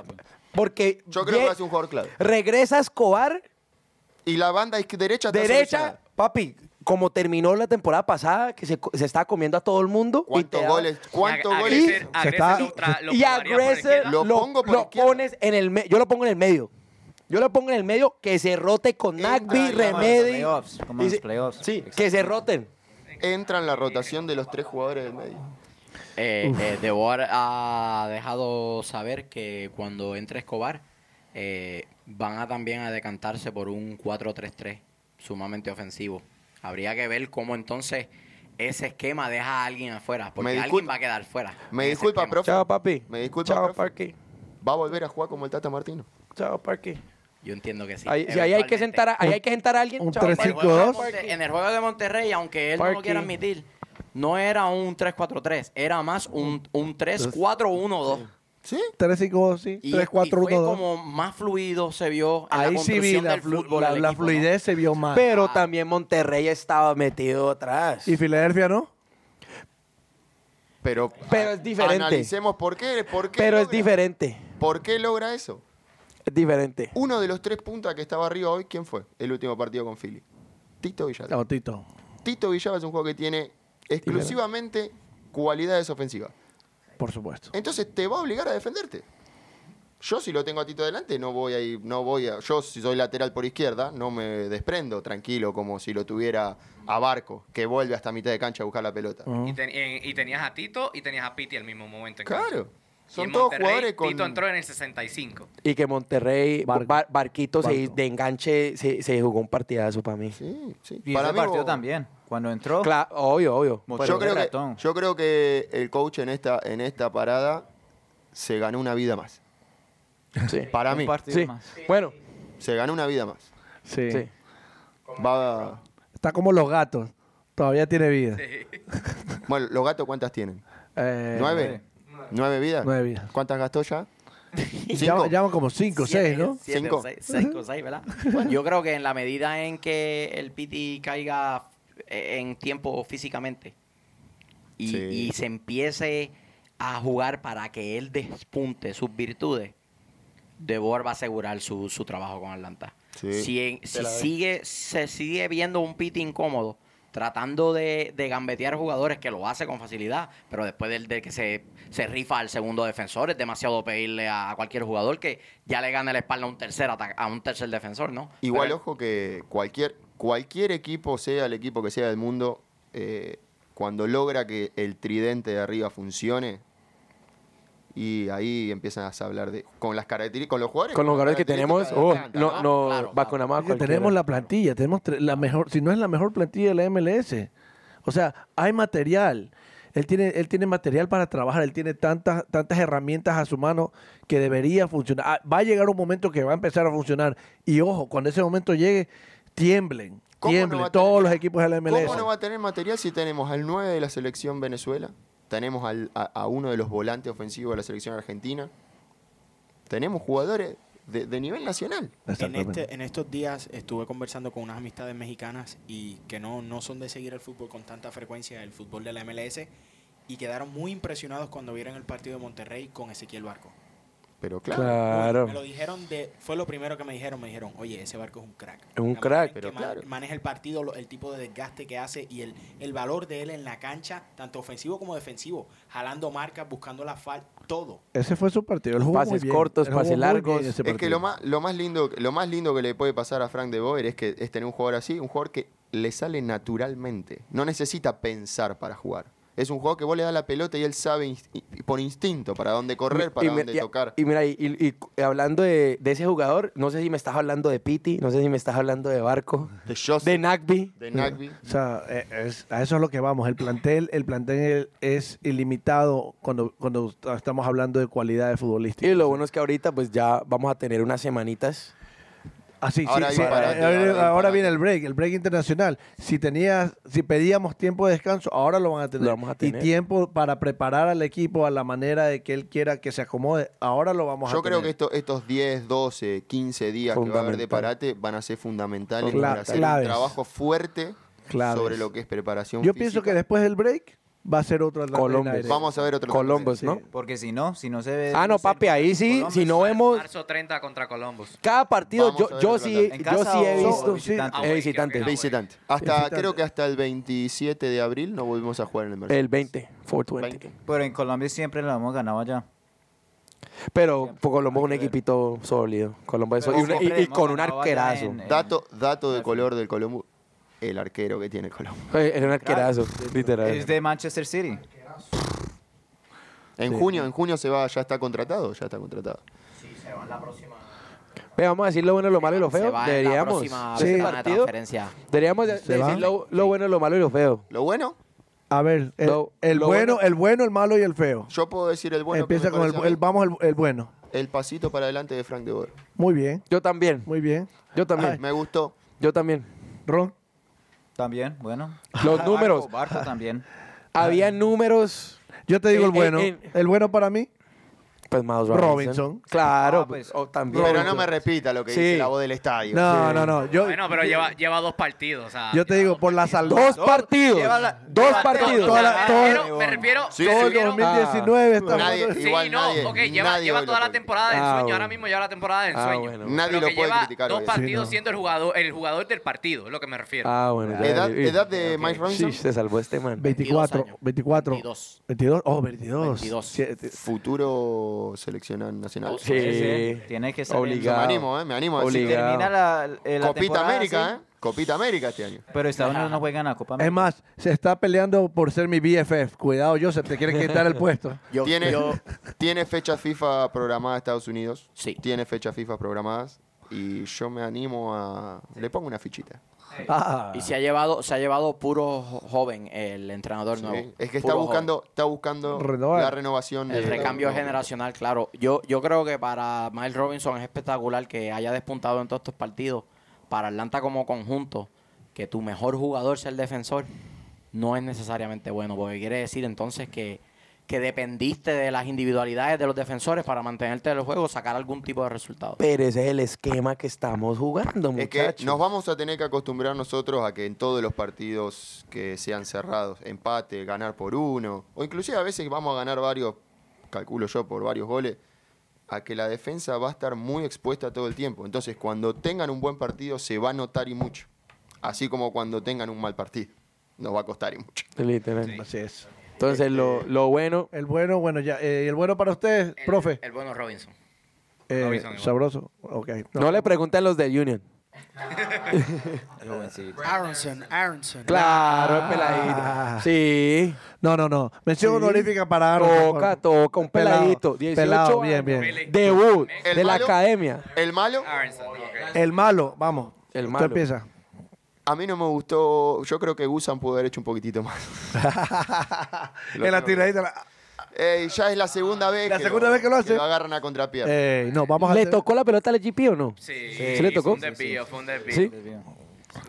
Speaker 7: Porque
Speaker 8: Yo creo que
Speaker 7: ye-
Speaker 8: va a ser un jugador clave.
Speaker 7: regresa Escobar
Speaker 8: Y la banda izqui- derecha está
Speaker 7: derecha,
Speaker 8: solucionada.
Speaker 7: papi, como terminó la temporada pasada, que se, co- se está comiendo a todo el mundo. y
Speaker 8: ¿Cuántos
Speaker 7: te da-
Speaker 8: goles? ¿Cuántos
Speaker 5: Ag-
Speaker 8: goles?
Speaker 5: Agreser-
Speaker 3: Se
Speaker 5: Agreser
Speaker 3: está-
Speaker 5: lo tra- lo
Speaker 7: y a
Speaker 5: probaría por
Speaker 7: Gressel
Speaker 5: izquierda.
Speaker 7: lo,
Speaker 8: Lo pongo por
Speaker 7: lo
Speaker 8: izquierda.
Speaker 7: pones en el medio. Yo lo pongo en el medio. Yo lo pongo en el medio que se rote con
Speaker 8: Entra
Speaker 7: Nagby,
Speaker 8: y vamos a los
Speaker 7: Remedy.
Speaker 2: playoffs, como a
Speaker 7: y
Speaker 2: los
Speaker 7: se-
Speaker 2: playoffs.
Speaker 7: Sí,
Speaker 2: Exacto.
Speaker 7: que se roten.
Speaker 8: Entra en la rotación de los tres jugadores del medio.
Speaker 1: Eh, eh, De Boer ha dejado saber que cuando entre Escobar eh, van a también a decantarse por un 4-3-3 sumamente ofensivo. Habría que ver cómo entonces ese esquema deja a alguien afuera, porque alguien
Speaker 8: disculpa.
Speaker 1: va a quedar fuera.
Speaker 8: Me
Speaker 1: en ese
Speaker 8: disculpa,
Speaker 1: esquema.
Speaker 8: profe.
Speaker 7: Chao, papi.
Speaker 8: Me disculpa,
Speaker 7: Chao,
Speaker 8: profe.
Speaker 7: Parque.
Speaker 8: Va a volver a jugar como el Tata Martino.
Speaker 7: Chao, Parque.
Speaker 1: Yo entiendo que sí.
Speaker 7: Ahí- si ahí hay que
Speaker 1: eventualmente.
Speaker 7: sentar a, ahí hay que sentar a alguien.
Speaker 3: Un
Speaker 7: chao,
Speaker 1: En el
Speaker 7: Parque.
Speaker 1: juego de
Speaker 3: 3-5-2.
Speaker 1: Monte- En el juego de Monterrey, aunque él no lo quiera
Speaker 7: Parking.
Speaker 1: admitir, no era un 3-4-3, era más un, un 3-4-1-2.
Speaker 8: ¿Sí?
Speaker 3: 3-5-2, sí.
Speaker 1: Y,
Speaker 3: 3, 4,
Speaker 1: y fue
Speaker 3: 1, 2.
Speaker 1: como más fluido se vio en
Speaker 3: Ahí
Speaker 1: la
Speaker 3: sí
Speaker 1: construcción
Speaker 3: vi la,
Speaker 1: del
Speaker 3: flu-
Speaker 1: fútbol
Speaker 3: la-
Speaker 1: del
Speaker 3: la
Speaker 1: equipo, ¿no?
Speaker 3: fluidez se vio más.
Speaker 7: Pero también Monterrey estaba metido atrás.
Speaker 3: ¿Y Filadelfia no?
Speaker 8: Pero,
Speaker 7: Pero
Speaker 8: a-
Speaker 7: es diferente.
Speaker 8: Analicemos por qué. por qué
Speaker 7: Pero es
Speaker 8: logra-
Speaker 7: diferente.
Speaker 8: ¿Por qué logra eso?
Speaker 7: Es diferente.
Speaker 8: Uno de los tres puntas que estaba arriba hoy, ¿quién fue? El último partido con Philly. Tito Villalba.
Speaker 3: No, Tito.
Speaker 8: Tito Villalba es un juego que tiene exclusivamente cualidades ofensivas.
Speaker 3: Por supuesto.
Speaker 8: Entonces te va a obligar a defenderte. Yo si lo tengo a Tito delante, no voy a ir- no voy a. Yo si soy lateral por izquierda, no me desprendo tranquilo como si lo tuviera a Barco, que vuelve hasta mitad de cancha a buscar la pelota.
Speaker 5: Y, ten- en- y tenías a Tito y tenías a Piti al mismo momento. en
Speaker 8: Claro.
Speaker 5: cancha. Y
Speaker 8: Son
Speaker 5: en
Speaker 8: todos
Speaker 5: Monterrey,
Speaker 8: jugadores con.
Speaker 5: Tito entró en el 65.
Speaker 7: Y que Monterrey,
Speaker 3: Barco.
Speaker 7: Bar- Barquito, se-
Speaker 3: Barco.
Speaker 7: de enganche, se, se jugó un partidazo para mí.
Speaker 8: Sí, sí.
Speaker 2: Y ese partido
Speaker 8: vos-
Speaker 2: también. Cuando entró,
Speaker 7: Cla- obvio, obvio.
Speaker 2: mostró
Speaker 8: Yo
Speaker 2: el
Speaker 8: creo, que,
Speaker 2: ratón.
Speaker 8: yo creo que el coach en esta, en esta parada se ganó una vida más.
Speaker 7: Sí.
Speaker 8: Para mí,
Speaker 2: Un partido
Speaker 7: Sí.
Speaker 2: más.
Speaker 7: Bueno,
Speaker 8: se ganó una vida más.
Speaker 3: Sí.
Speaker 7: sí.
Speaker 8: Va,
Speaker 3: Está como los gatos. Todavía tiene vida.
Speaker 8: bueno, los gatos, ¿cuántas tienen?
Speaker 3: Eh,
Speaker 8: ¿Nueve? ¿Nueve vidas?
Speaker 3: Nueve vidas.
Speaker 8: ¿Cuántas gastó ya?
Speaker 3: Ya,
Speaker 8: Cinco.
Speaker 3: ya van como 5, 6, ¿no?
Speaker 1: Siete,
Speaker 8: Cinco.
Speaker 1: seis, cinco, seis, ¿verdad? Yo creo que en la medida en que el Piti caiga eh, en tiempo físicamente y,
Speaker 8: Sí.
Speaker 1: y se empiece a jugar para que él despunte sus virtudes, De Boer va a asegurar su, su trabajo con Atlanta.
Speaker 8: Sí.
Speaker 1: Si, en- si sigue, se sigue viendo un Piti incómodo, tratando de, de gambetear jugadores que lo hace con facilidad, pero después del, de que se, se rifa al segundo defensor, es demasiado pedirle a, a cualquier jugador que ya le gane la espalda a un tercer, ata- a un tercer defensor, ¿no?
Speaker 8: Igual,
Speaker 1: Pero-
Speaker 8: ojo, que cualquier, cualquier equipo, sea el equipo que sea del mundo, eh, cuando logra que el tridente de arriba funcione, y ahí empiezan a hablar de. Con las características, con los jugadores.
Speaker 7: Con los jugadores que tenemos,
Speaker 8: características de
Speaker 7: oh,
Speaker 8: Atlanta,
Speaker 7: no, no
Speaker 1: Claro,
Speaker 7: vacunamos a
Speaker 3: Es que
Speaker 7: cualquiera.
Speaker 3: tenemos la plantilla, tenemos tre- la mejor, si no es la mejor plantilla de la MLS. O sea, hay material. Él tiene, él tiene material para trabajar, él tiene tantas, tantas herramientas a su mano que debería funcionar. Ah, Va a llegar un momento que va a empezar a funcionar. Y ojo, cuando ese momento llegue, tiemblen,
Speaker 8: ¿Cómo
Speaker 3: tiemblen
Speaker 8: no va a
Speaker 3: todos
Speaker 8: tener-
Speaker 3: los equipos de la MLS.
Speaker 8: ¿Cómo no va a tener material si tenemos al 9 de la selección Venezuela? Tenemos al- a, a uno de los volantes ofensivos de la selección argentina. Tenemos jugadores de, de nivel nacional.
Speaker 3: Exactamente.
Speaker 9: En, este- en estos días estuve conversando con unas amistades mexicanas y que no, no son de seguir el fútbol con tanta frecuencia, el fútbol de la MLS, y quedaron muy impresionados cuando vieron el partido de Monterrey con Ezequiel Barco.
Speaker 8: Pero claro,
Speaker 7: Claro.
Speaker 9: Me lo dijeron de, fue lo primero que me dijeron, me dijeron, oye, ese barco es un crack.
Speaker 7: Es
Speaker 9: La
Speaker 7: un
Speaker 9: manera
Speaker 7: crack.
Speaker 9: en
Speaker 8: Pero
Speaker 9: que man-
Speaker 8: claro.
Speaker 9: Maneja el partido, lo- el tipo de desgaste que hace y el, el valor de él en la cancha, tanto ofensivo como defensivo, jalando marcas, buscando la falta, todo.
Speaker 3: Ese fue su partido. Él jugó
Speaker 7: Pases
Speaker 3: muy bien.
Speaker 7: cortos,
Speaker 3: Él jugó
Speaker 7: pases
Speaker 3: muy bien
Speaker 7: largos.
Speaker 3: ese
Speaker 7: Es
Speaker 8: es que
Speaker 3: partido.
Speaker 8: lo más, lo, más lindo, lo más lindo que le puede pasar a Frank de Boer es que es tener un jugador así, un jugador que le sale naturalmente. No necesita pensar para jugar. Es un jugador que vos le das la pelota y él sabe inst- y- por instinto para dónde correr, para
Speaker 7: mi-
Speaker 8: dónde
Speaker 7: y-
Speaker 8: tocar.
Speaker 7: Y mira, y, y- y hablando de, de ese jugador, no sé si me estás hablando de Piti, no sé si me estás hablando de Barco,
Speaker 8: de Joseph,
Speaker 7: de Nagby.
Speaker 8: de Nagby.
Speaker 3: O sea, eh, es- a eso es lo que vamos. El plantel, el plantel es ilimitado cuando, cuando estamos hablando de cualidades futbolísticas.
Speaker 7: Y lo bueno es que ahorita pues ya vamos a tener unas semanitas.
Speaker 3: Así,
Speaker 8: Ahora
Speaker 3: sí,
Speaker 8: hay
Speaker 3: sí,
Speaker 8: un parate,
Speaker 3: ahora-
Speaker 8: ahora hay un
Speaker 3: ahora,
Speaker 8: parate.
Speaker 3: viene el break, el break internacional. Si tenías, si pedíamos tiempo de descanso, ahora lo van a tener.
Speaker 7: Lo vamos a tener.
Speaker 3: Y tiempo para preparar al equipo a la manera de que él quiera que se acomode, ahora lo vamos a
Speaker 8: Yo
Speaker 3: tener.
Speaker 8: creo que esto- estos 10, 12, 15 días que va a haber de
Speaker 7: Fundamental.
Speaker 8: parate van a ser fundamentales
Speaker 3: Cla-
Speaker 8: para hacer
Speaker 3: claves.
Speaker 8: un trabajo fuerte
Speaker 3: Claves.
Speaker 8: sobre lo que es preparación
Speaker 3: Yo pienso que
Speaker 8: física.
Speaker 3: después del break va a ser otro Atlanta
Speaker 7: Columbus.
Speaker 3: United.
Speaker 8: Vamos a ver otro.
Speaker 7: Columbus, ¿no?
Speaker 2: Porque si no, si no se ve.
Speaker 7: Ah, no, papi, ahí sí, si no vemos
Speaker 5: Marzo 30 contra Columbus.
Speaker 7: cada partido,
Speaker 8: Vamos a
Speaker 7: yo,
Speaker 8: ver
Speaker 7: yo
Speaker 8: el
Speaker 7: sí,
Speaker 8: Atlanta.
Speaker 2: ¿En
Speaker 7: yo
Speaker 2: casa
Speaker 7: sí he
Speaker 2: o
Speaker 7: visto
Speaker 2: visitante?
Speaker 5: Ah,
Speaker 7: el
Speaker 5: ok,
Speaker 7: visitante,
Speaker 5: ok, ok.
Speaker 8: Visitante. Hasta,
Speaker 3: Visitante.
Speaker 8: creo que hasta el 27 de abril no volvimos a jugar en el mercado.
Speaker 7: el 20, 420.
Speaker 2: Pero en Colombia siempre lo hemos ganado allá.
Speaker 7: Pero por Colombo es un equipito sólido. Colombo es
Speaker 2: Pero
Speaker 7: sólido. Y,
Speaker 2: siempre
Speaker 7: y- y con un
Speaker 2: hemos ganado allá
Speaker 7: arquerazo.
Speaker 2: en- en-
Speaker 8: Dato, dato de color del Columbus. El arquero que tiene Columbus.
Speaker 7: Eh, Era un arquerazo,
Speaker 2: Es
Speaker 7: literal.
Speaker 2: de Manchester City.
Speaker 8: En junio, en junio se va, ya está contratado, ya está contratado.
Speaker 7: Ve, vamos a decir lo bueno, lo malo y lo
Speaker 1: Se
Speaker 7: feo.
Speaker 1: va en la
Speaker 7: Deberíamos.
Speaker 1: próxima
Speaker 7: Sí.
Speaker 1: semana de
Speaker 7: partido,
Speaker 1: transferencia.
Speaker 7: Deberíamos de-
Speaker 3: ¿Se va?
Speaker 7: decir lo, lo bueno, lo malo y lo feo.
Speaker 8: Lo bueno,
Speaker 3: A ver, el,
Speaker 7: Lo-
Speaker 3: el
Speaker 7: lo
Speaker 3: bueno,
Speaker 7: bueno-
Speaker 3: el bueno, el malo y el feo.
Speaker 8: yo puedo decir el bueno. que me
Speaker 3: Empieza con el,
Speaker 8: parece a
Speaker 3: el-
Speaker 8: mí,
Speaker 3: vamos el, el bueno.
Speaker 8: el pasito para adelante de Frank de Boer.
Speaker 3: Muy bien,
Speaker 7: Yo también.
Speaker 3: muy bien.
Speaker 7: Yo también.
Speaker 8: Me gustó.
Speaker 7: Yo también.
Speaker 3: Ron,
Speaker 2: También, bueno.
Speaker 7: Los
Speaker 2: Barco,
Speaker 7: números.
Speaker 2: Barco, también.
Speaker 7: Había números.
Speaker 3: yo te digo
Speaker 7: Eh,
Speaker 3: el bueno.
Speaker 7: eh, eh.
Speaker 3: El bueno para mí,
Speaker 7: Pues Miles Robinson.
Speaker 3: Robinson.
Speaker 7: Claro,
Speaker 2: Ah,
Speaker 7: pues.
Speaker 2: pues.
Speaker 7: o también.
Speaker 8: Pero no me repita lo que
Speaker 7: Sí.
Speaker 8: dice la voz del estadio.
Speaker 3: No, no, no. Yo,
Speaker 5: Bueno, pero lleva, lleva dos partidos. o sea,
Speaker 3: yo te
Speaker 5: lleva
Speaker 3: digo,
Speaker 5: dos
Speaker 3: por la
Speaker 5: partidos.
Speaker 3: salud.
Speaker 7: Dos partidos.
Speaker 2: Lleva la-
Speaker 7: dos
Speaker 2: lleva
Speaker 7: partidos.
Speaker 5: O sea,
Speaker 3: toda la-
Speaker 5: me
Speaker 3: toda-
Speaker 5: refiero, me refiero-
Speaker 8: Sí,
Speaker 5: me
Speaker 3: Todo el
Speaker 5: refiero-
Speaker 3: 2019 está
Speaker 8: Nadie-
Speaker 3: bueno.
Speaker 5: Sí,
Speaker 8: Igual
Speaker 5: no,
Speaker 8: nadie-
Speaker 5: ok, lleva,
Speaker 8: nadie
Speaker 5: lleva
Speaker 8: hoy lo
Speaker 5: toda la
Speaker 8: puede.
Speaker 5: temporada del
Speaker 7: Ah,
Speaker 5: sueño,
Speaker 7: bueno.
Speaker 5: ahora mismo lleva la temporada del
Speaker 7: Ah,
Speaker 5: sueño.
Speaker 7: bueno,
Speaker 8: Nadie
Speaker 5: Pero
Speaker 8: lo
Speaker 5: que
Speaker 8: puede
Speaker 5: lleva
Speaker 8: criticar
Speaker 5: Dos
Speaker 8: hoy.
Speaker 5: partidos
Speaker 3: Sí, no.
Speaker 5: siendo el jugador, el jugador del partido, es lo que me refiero.
Speaker 7: Ah, bueno. ya
Speaker 8: Edad,
Speaker 7: vi.
Speaker 8: edad de Mike
Speaker 7: Sí,
Speaker 8: Robinson,
Speaker 7: se salvó este man.
Speaker 3: 24,
Speaker 1: 22 años.
Speaker 3: 24.
Speaker 1: 22.
Speaker 3: 22. Oh, 22.
Speaker 1: 22.
Speaker 3: Siete.
Speaker 8: eh, futuro seleccionado nacional.
Speaker 7: Sí.
Speaker 2: Tiene que salir.
Speaker 8: Me
Speaker 7: Obligado.
Speaker 8: animo, eh, me animo a decir.
Speaker 7: Obligado.
Speaker 2: Termina la, eh, la
Speaker 8: Copita
Speaker 2: temporada
Speaker 8: América,
Speaker 2: así,
Speaker 8: ¿eh? Copita América este año.
Speaker 2: Pero Estados Unidos no juega en la
Speaker 3: Es
Speaker 2: Copa América.
Speaker 3: más, se está peleando por ser mi BFF. Cuidado, Joseph, te quieren quitar el puesto.
Speaker 1: Yo,
Speaker 8: tiene,
Speaker 1: yo-
Speaker 8: tiene fecha FIFA programada Estados Unidos.
Speaker 1: Sí.
Speaker 8: Tiene fecha FIFA programadas. Y yo me animo a. Le pongo una fichita.
Speaker 1: Ah. y se ha llevado, se ha llevado puro jo- joven el entrenador
Speaker 8: Sí.
Speaker 1: nuevo.
Speaker 8: Es que está
Speaker 1: Puro
Speaker 8: buscando, está buscando
Speaker 3: Renovar.
Speaker 8: la renovación
Speaker 1: joven. El
Speaker 8: de-
Speaker 1: recambio generacional, claro. Yo, yo creo que para Miles Robinson es espectacular que haya despuntado en todos estos partidos. Para Atlanta como conjunto, que tu mejor jugador sea el defensor, no es necesariamente bueno. Porque quiere decir entonces que, que dependiste de las individualidades de los defensores para mantenerte en el juego, sacar algún tipo de resultado.
Speaker 7: Pero ese es el esquema que estamos jugando,
Speaker 8: Es que
Speaker 7: muchachos.
Speaker 8: nos vamos a tener que acostumbrar nosotros a que en todos los partidos que sean cerrados, empate, ganar por uno, o inclusive a veces vamos a ganar varios, calculo yo, por varios goles, a que la defensa va a estar muy expuesta todo el tiempo. Entonces, cuando tengan un buen partido, se va a notar y mucho. Así como cuando tengan un mal partido, nos va a costar y mucho.
Speaker 7: Literal.
Speaker 3: Así es.
Speaker 7: Entonces, lo, lo bueno.
Speaker 3: El bueno, bueno, ya. eh, el bueno para ustedes, profe.
Speaker 5: El bueno Robinson.
Speaker 3: Eh,
Speaker 5: Robinson igual.
Speaker 3: sabroso. Ok.
Speaker 7: No, le pregunten los del Union.
Speaker 9: Aronson, Aronson.
Speaker 7: Claro, es
Speaker 3: Ah.
Speaker 7: peladito. Sí.
Speaker 3: No, no, no. Mención honorífica para Aaron. por
Speaker 7: Toca,
Speaker 3: favor.
Speaker 7: toca, un peladito. 18
Speaker 3: Pelado, bien,
Speaker 7: años.
Speaker 3: bien.
Speaker 7: Debut
Speaker 8: El
Speaker 7: de la
Speaker 8: malo-
Speaker 7: academia.
Speaker 8: El malo,
Speaker 5: Aronson, ok.
Speaker 3: El malo, vamos.
Speaker 7: El
Speaker 3: Usted
Speaker 7: malo.
Speaker 3: empieza.
Speaker 8: a mí no me gustó. Yo creo que Gusan pudo haber hecho un poquitito más.
Speaker 3: en la tiradita. la-
Speaker 8: Ey, ya es la segunda vez,
Speaker 3: La segunda vez que lo hace.
Speaker 8: agarran a contrapié.
Speaker 3: Eh, no, vamos a
Speaker 7: ¿Le
Speaker 3: hacer-
Speaker 7: tocó la pelota al GP o no?
Speaker 5: Sí,
Speaker 7: ¿Sí le
Speaker 5: hizo
Speaker 7: tocó?
Speaker 5: un desvío, fue un desvío.
Speaker 7: Sí.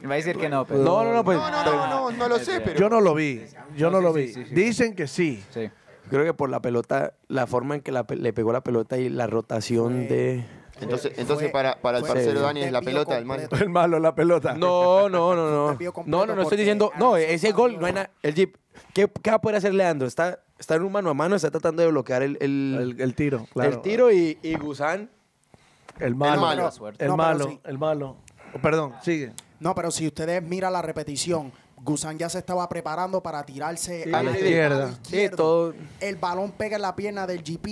Speaker 2: Me va a decir que no, pero.
Speaker 7: No, no, no, pues.
Speaker 8: No, no, no, no, no lo sé, pero.
Speaker 3: Yo no lo vi. Yo no lo vi.
Speaker 2: sí, sí.
Speaker 3: Dicen que sí.
Speaker 2: Sí.
Speaker 7: Creo que por la pelota, la forma en que la pe- le pegó la pelota y la rotación de.
Speaker 8: Entonces, entonces
Speaker 11: fue-
Speaker 8: para, para el
Speaker 11: fue
Speaker 8: parcero
Speaker 7: un
Speaker 8: Dani es la
Speaker 11: desvío
Speaker 8: pelota del mal.
Speaker 11: completo.
Speaker 3: El malo, la pelota.
Speaker 7: No, no, no, no.
Speaker 11: Desvío completo
Speaker 7: No, no, no estoy
Speaker 11: porque
Speaker 7: diciendo. No,
Speaker 11: Anderson
Speaker 7: ese gol no hay nada. El Jeep. ¿Qué, qué va a poder hacer Leandro? Está, está en un mano a mano, está tratando de bloquear el, el,
Speaker 3: El, el tiro,
Speaker 7: el
Speaker 3: claro.
Speaker 7: tiro y, y Gusán.
Speaker 3: El malo.
Speaker 8: El malo.
Speaker 11: No, pero
Speaker 3: El malo, el malo.
Speaker 11: sí.
Speaker 3: Oh, Perdón, sigue.
Speaker 11: No, pero si ustedes miran la repetición, Gusan ya se estaba preparando para tirarse
Speaker 3: A la
Speaker 11: lado
Speaker 3: izquierda.
Speaker 11: izquierdo.
Speaker 7: Sí, todo-
Speaker 11: El balón pega en la pierna del GP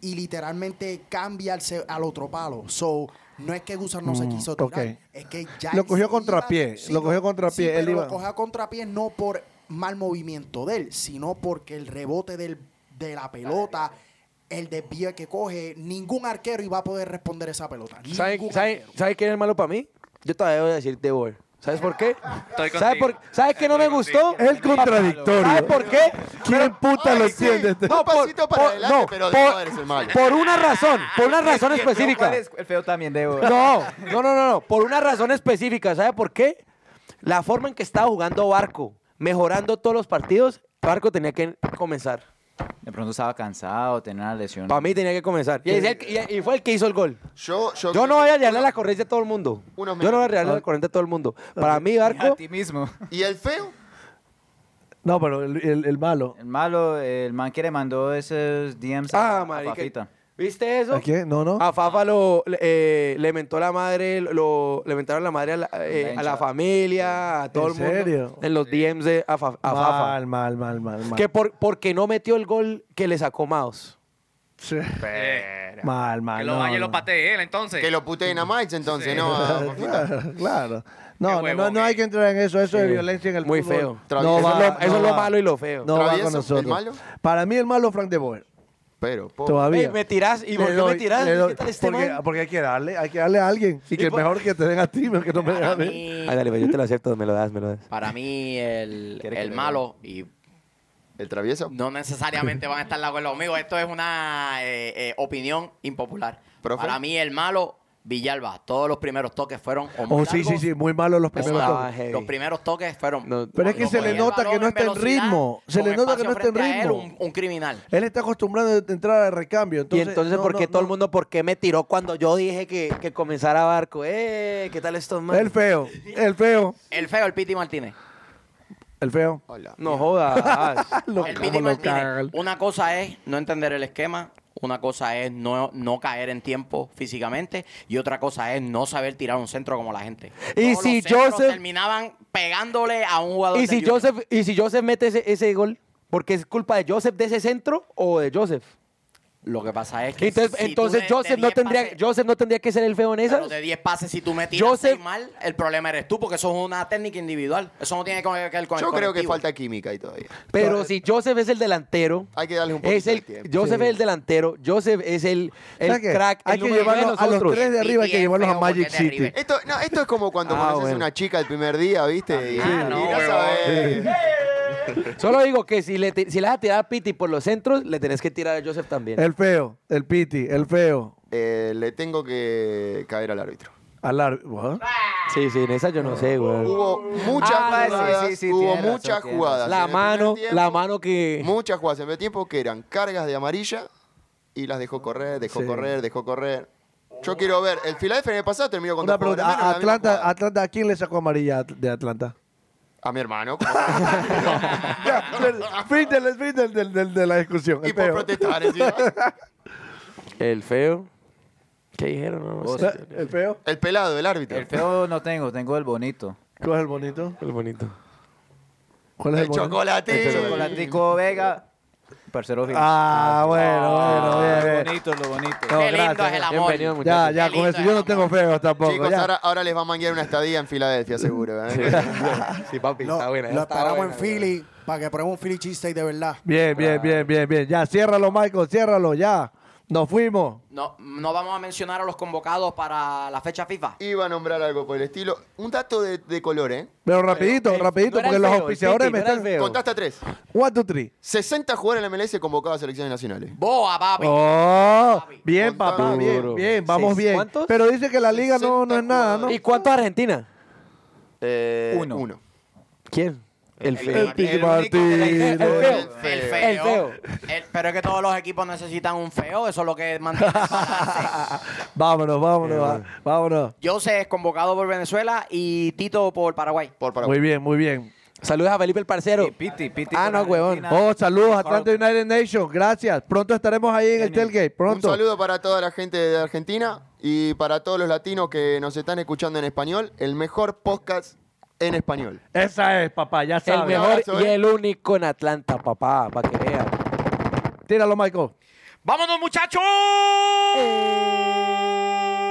Speaker 11: y literalmente cambia al, se- al otro palo. So, no es que Gusan no se quiso tirar,
Speaker 3: Mm, ok.
Speaker 11: es que ya
Speaker 3: Lo
Speaker 11: él
Speaker 3: cogió
Speaker 11: se
Speaker 3: contrapié,
Speaker 11: iba-
Speaker 3: lo cogió contrapié,
Speaker 11: sí,
Speaker 3: él
Speaker 11: pero
Speaker 3: iba-
Speaker 11: lo cogió contrapié no por mal movimiento de él, sino porque el rebote del- de la pelota el desvío que coge, ningún arquero iba a poder responder esa pelota.
Speaker 7: ¿Saben
Speaker 11: Ningún
Speaker 7: saben-
Speaker 11: arquero.
Speaker 7: saben quién es el malo para mí? Yo todavía voy a decir The Boy. ¿Sabes por qué?
Speaker 5: Estoy
Speaker 7: ¿Sabes
Speaker 5: contigo.
Speaker 7: por ¿Sabes qué no me
Speaker 5: Estoy
Speaker 7: gustó?
Speaker 5: contigo.
Speaker 3: El contradictorio.
Speaker 7: ¿Sabes por qué?
Speaker 3: ¿Quién puta lo entiende? este?
Speaker 8: Un pasito para adelante,
Speaker 7: no,
Speaker 8: pero de
Speaker 7: por-
Speaker 8: no eres el malo.
Speaker 7: Por una razón, por una razón
Speaker 2: ¿Y el feo
Speaker 7: específica.
Speaker 2: cuál es? El feo también debo.
Speaker 7: No, no, no, no, no. Por una razón específica. ¿Sabe por qué? La forma en que estaba jugando Barco, mejorando todos los partidos, Barco tenía que comenzar.
Speaker 2: De pronto estaba cansado, tenía una lesión.
Speaker 7: Para mí tenía que comenzar. Y, es el que- y- y fue el que hizo el gol.
Speaker 8: Yo, yo,
Speaker 7: Yo
Speaker 8: creo
Speaker 7: no
Speaker 8: que-
Speaker 7: voy a regalar la corriente a todo el mundo. Yo
Speaker 8: Unos
Speaker 7: no voy a regalar la corriente a todo el mundo. Para mí,
Speaker 2: a
Speaker 7: Barco,
Speaker 2: ti mismo.
Speaker 8: ¿Y el feo?
Speaker 3: No, pero el, el- el malo.
Speaker 2: El malo, el man que le mandó esos DMs a-
Speaker 7: Ah,
Speaker 2: a
Speaker 7: marica.
Speaker 2: Fafita.
Speaker 7: ¿Viste eso? Ah,
Speaker 3: ¿A quién? No, no.
Speaker 7: A Fafa lo, le- eh, le mentó la madre, lo, le mentaron la madre a la, eh, a la familia, a todo
Speaker 3: ¿En
Speaker 7: el mundo.
Speaker 3: serio?
Speaker 7: En los DMs de a, Fa- a Fafa.
Speaker 3: mal, mal, mal, mal, mal.
Speaker 7: Que por, porque no metió el gol que le sacó Maus.
Speaker 3: Sí.
Speaker 5: Eh,
Speaker 3: Mal, mal.
Speaker 5: que lo
Speaker 3: Ah, no,
Speaker 5: vaya y
Speaker 3: no.
Speaker 5: lo patee él, entonces.
Speaker 8: Que lo puteen a Mike, entonces,
Speaker 5: Sí.
Speaker 8: no. a Fafita.
Speaker 3: Claro, claro. No, no, no,
Speaker 5: huevón,
Speaker 3: no hay que entrar en eso. Eso es
Speaker 7: Sí.
Speaker 3: violencia en el
Speaker 7: Muy
Speaker 3: fútbol.
Speaker 7: feo.
Speaker 8: Tra-
Speaker 3: No
Speaker 8: Eso
Speaker 7: eso
Speaker 3: va,
Speaker 7: es lo, eso
Speaker 3: no
Speaker 7: es lo
Speaker 3: va.
Speaker 7: malo y lo feo.
Speaker 3: No va
Speaker 8: ¿Travieso?
Speaker 3: con
Speaker 8: ¿El
Speaker 3: nosotros.
Speaker 8: malo?
Speaker 3: Para mí el malo Frank de Boer.
Speaker 8: Pero, po-
Speaker 7: Oh.
Speaker 3: Todavía.
Speaker 7: Ey, me tirás y
Speaker 3: Le
Speaker 7: por qué me
Speaker 3: doy-
Speaker 7: tirás.
Speaker 3: le doy-
Speaker 7: ¿Qué tal este
Speaker 3: porque,
Speaker 7: man?
Speaker 3: Ah, porque hay que darle, hay que darle a alguien. Y, pues, que el
Speaker 7: por-
Speaker 3: mejor que te den a ti, pero que no me den a mí.
Speaker 7: Ay, dale, pues yo te lo acepto, me lo das, me lo das.
Speaker 1: Para mí, el,
Speaker 2: ¿Quiere que
Speaker 1: el
Speaker 2: le
Speaker 1: malo, y
Speaker 8: ¿el travieso?
Speaker 1: no necesariamente van a estar de acuerdo conmigo, esto es una eh, eh, opinión impopular.
Speaker 8: ¿Profe?
Speaker 1: Para mí, el malo, Villalba. Todos los primeros toques fueron o muy
Speaker 3: Oh, sí, sí,
Speaker 1: largos
Speaker 3: sí, muy malos los
Speaker 1: o
Speaker 3: primeros
Speaker 1: muy-
Speaker 7: Estaba
Speaker 3: toques.
Speaker 7: heavy.
Speaker 1: Los primeros toques fueron...
Speaker 7: No,
Speaker 3: Pero es que
Speaker 1: cuando
Speaker 3: se le
Speaker 1: cogía el
Speaker 3: nota que
Speaker 1: balón
Speaker 3: no
Speaker 1: en
Speaker 3: está en
Speaker 1: velocidad,
Speaker 3: ritmo. Se
Speaker 1: con
Speaker 3: le nota que no está
Speaker 1: espacio
Speaker 3: en
Speaker 1: frente a él,
Speaker 3: ritmo.
Speaker 1: un- un criminal.
Speaker 3: Él está acostumbrado a entrar al recambio. Entonces,
Speaker 7: y entonces,
Speaker 3: no,
Speaker 7: ¿por
Speaker 3: no,
Speaker 7: qué todo
Speaker 3: no.
Speaker 7: el mundo, por qué me tiró cuando yo dije que, que comenzara barco? ¡Eh! ¿Qué tal estos man?
Speaker 3: El feo, el feo,
Speaker 1: El feo, el Piti Martínez.
Speaker 3: el feo.
Speaker 8: Hola.
Speaker 7: No jodas.
Speaker 3: Lo-
Speaker 1: El
Speaker 3: cómo
Speaker 1: Piti
Speaker 3: lo
Speaker 1: Martínez.
Speaker 3: caga el-
Speaker 1: Una cosa es no entender el esquema, una cosa es no, no caer en tiempo físicamente y otra cosa es no saber tirar un centro como la gente.
Speaker 7: Y
Speaker 1: Todos
Speaker 7: si
Speaker 1: los centros
Speaker 7: Joseph-
Speaker 1: terminaban pegándole a un jugador
Speaker 7: ¿Y
Speaker 1: del
Speaker 7: si,
Speaker 1: Junior.
Speaker 7: Joseph, ¿Y si Joseph mete ese, ese gol? Porque es culpa de Joseph de ese centro o de Joseph.
Speaker 1: Lo que pasa es que
Speaker 7: Entonces,
Speaker 1: si tú
Speaker 7: entonces
Speaker 1: de- de
Speaker 7: Joseph, no
Speaker 1: 10
Speaker 7: tendría,
Speaker 1: pases-
Speaker 7: Joseph no tendría que ser el feo en
Speaker 1: pero
Speaker 7: esas.
Speaker 1: de 10 pases, si tú me tiras
Speaker 7: Joseph-
Speaker 1: seis mal, el problema eres tú, porque eso es una técnica individual. Eso no tiene que ver con el
Speaker 8: Yo creo que
Speaker 1: colectivo.
Speaker 8: falta química ahí todavía.
Speaker 7: Pero si Joseph es el delantero,
Speaker 8: Hay que darle un poquito
Speaker 7: es el,
Speaker 8: de tiempo.
Speaker 7: Joseph es el delantero, Joseph es el, el
Speaker 3: ¿Sabes qué?
Speaker 7: crack, el
Speaker 3: Hay que
Speaker 7: número uno de
Speaker 3: llevarlos a los
Speaker 7: nosotros.
Speaker 3: tres de arriba, hay
Speaker 1: Y
Speaker 3: que
Speaker 1: es
Speaker 3: llevarlos a
Speaker 1: feo porque
Speaker 3: Magic
Speaker 1: es de
Speaker 3: City.
Speaker 1: River.
Speaker 8: Esto, no, esto es como cuando
Speaker 7: Ah,
Speaker 8: conoces
Speaker 7: bueno.
Speaker 8: a una chica el primer día, ¿viste? Y-
Speaker 5: Ah, no,
Speaker 8: y
Speaker 5: huevón.
Speaker 8: sabes.
Speaker 7: Solo digo que si le, ti- si le vas a tirar a Pitti por los centros, le tenés que tirar a Joseph también.
Speaker 3: El feo, el piti, el feo.
Speaker 8: Eh, le tengo que caer al árbitro.
Speaker 3: Al árbitro.
Speaker 7: Sí, sí, en esa yo no sé, güey.
Speaker 8: Hubo muchas
Speaker 2: Ah, sí,
Speaker 8: jugadas.
Speaker 2: sí, sí,
Speaker 8: hubo
Speaker 2: tiene razón,
Speaker 8: muchas
Speaker 2: tiene
Speaker 8: jugadas. en
Speaker 7: La
Speaker 8: el
Speaker 7: mano,
Speaker 8: primer
Speaker 7: la
Speaker 8: tiempo,
Speaker 7: mano que...
Speaker 8: Muchas jugadas en el primer tiempo que eran cargas de amarilla y las dejó correr, dejó
Speaker 3: Sí.
Speaker 8: correr, dejó correr. Yo quiero ver. El Philadelphia en el pasado terminó con
Speaker 3: Una
Speaker 8: dos
Speaker 3: pregunta,
Speaker 8: jugadores
Speaker 3: ¿a
Speaker 8: menos en la misma
Speaker 3: Atlanta,
Speaker 8: jugada.
Speaker 3: Atlanta, ¿a quién le sacó amarilla at- de Atlanta?
Speaker 8: a mi hermano.
Speaker 3: Ya, pero, fin del, fin del- del- del- de la discusión.
Speaker 8: y
Speaker 3: el
Speaker 8: por
Speaker 3: feo.
Speaker 8: protestar. encima.
Speaker 7: El feo. ¿Qué dijeron? No, no sé.
Speaker 3: El feo,
Speaker 8: El pelado, el árbitro.
Speaker 2: El feo no tengo, tengo el bonito.
Speaker 3: ¿cuál es el bonito?
Speaker 7: El bonito.
Speaker 3: ¿Cuál es el,
Speaker 8: El
Speaker 3: bonito?
Speaker 8: chocolate.
Speaker 2: El chocolatico Vega, parcero fiel.
Speaker 3: Ah, bueno, bueno,
Speaker 2: Ah,
Speaker 3: bien,
Speaker 2: lo
Speaker 3: bien.
Speaker 2: bonito, lo bonito.
Speaker 3: No,
Speaker 1: Qué lindo
Speaker 3: gracias.
Speaker 1: es el amor.
Speaker 7: Bienvenido, muchachos.
Speaker 3: Ya, ya,
Speaker 1: Qué
Speaker 3: con
Speaker 1: lindo
Speaker 3: eso.
Speaker 1: es
Speaker 3: Yo
Speaker 1: el
Speaker 3: no
Speaker 1: amor.
Speaker 3: tengo feos tampoco.
Speaker 8: Chicos,
Speaker 3: ya.
Speaker 8: ahora, ahora les va a manguear una estadía en Filadelfia, seguro. ¿eh?
Speaker 7: Sí, papi,
Speaker 11: Lo,
Speaker 7: está buena.
Speaker 11: lo esperamos en Philly para que pruebe un Philly cheesesteak de verdad.
Speaker 3: Bien,
Speaker 1: Ah.
Speaker 3: bien, bien, bien, bien. Ya, ciérralo, Michael, ciérralo, ya. Nos fuimos.
Speaker 1: No, no vamos a mencionar a los convocados para la fecha FIFA.
Speaker 8: Iba a nombrar algo por el estilo. Un dato de, de color, ¿eh?
Speaker 3: Pero rapidito, rapidito, porque los auspiciadores me están...
Speaker 8: Contaste a tres.
Speaker 3: One, two, three.
Speaker 8: 60 jugadores de la MLS convocados a selecciones nacionales.
Speaker 1: Boa, papi.
Speaker 3: Oh, bien,
Speaker 8: Contado.
Speaker 3: papá, bien,
Speaker 7: Duro.
Speaker 3: bien, vamos
Speaker 7: ¿Seis
Speaker 3: bien.
Speaker 7: cuántos?
Speaker 3: Pero dice que la liga no, no es nada, ¿no?
Speaker 7: ¿Y cuánto a Argentina?
Speaker 8: Eh,
Speaker 2: Uno.
Speaker 8: Uno.
Speaker 7: ¿Quién? El
Speaker 3: El
Speaker 7: feo.
Speaker 3: Piti
Speaker 2: El único que la hice-
Speaker 3: Martínez.
Speaker 7: El feo.
Speaker 1: El
Speaker 8: feo.
Speaker 1: feo.
Speaker 7: El feo.
Speaker 1: El- pero es que todos los equipos necesitan un feo, eso es lo que mantiene. el balance.
Speaker 3: Vámonos, vámonos, va- vámonos.
Speaker 1: Jose es convocado por Venezuela y Tito por Paraguay.
Speaker 8: Por Paraguay.
Speaker 3: Muy bien, muy bien.
Speaker 7: Saludos a Felipe el parcero.
Speaker 2: Y Piti, Piti.
Speaker 7: Ah,
Speaker 2: con
Speaker 7: no, huevón.
Speaker 2: Argentina.
Speaker 3: Oh, saludos, Atlanta
Speaker 2: Carlton.
Speaker 3: United Nation. Gracias. Pronto estaremos ahí en el Telgate.
Speaker 8: Un
Speaker 3: Pronto.
Speaker 8: saludo para toda la gente de Argentina y para todos los latinos que nos están escuchando en español. El mejor podcast en español.
Speaker 3: Esa es, Pues, papá, ya
Speaker 7: El
Speaker 3: sabes.
Speaker 7: mejor
Speaker 8: abrazo,
Speaker 7: y
Speaker 8: eh.
Speaker 7: el único en Atlanta, papá, para que vean.
Speaker 3: Tíralo, Michael.
Speaker 1: ¡Vámonos, muchachos!
Speaker 7: Eh.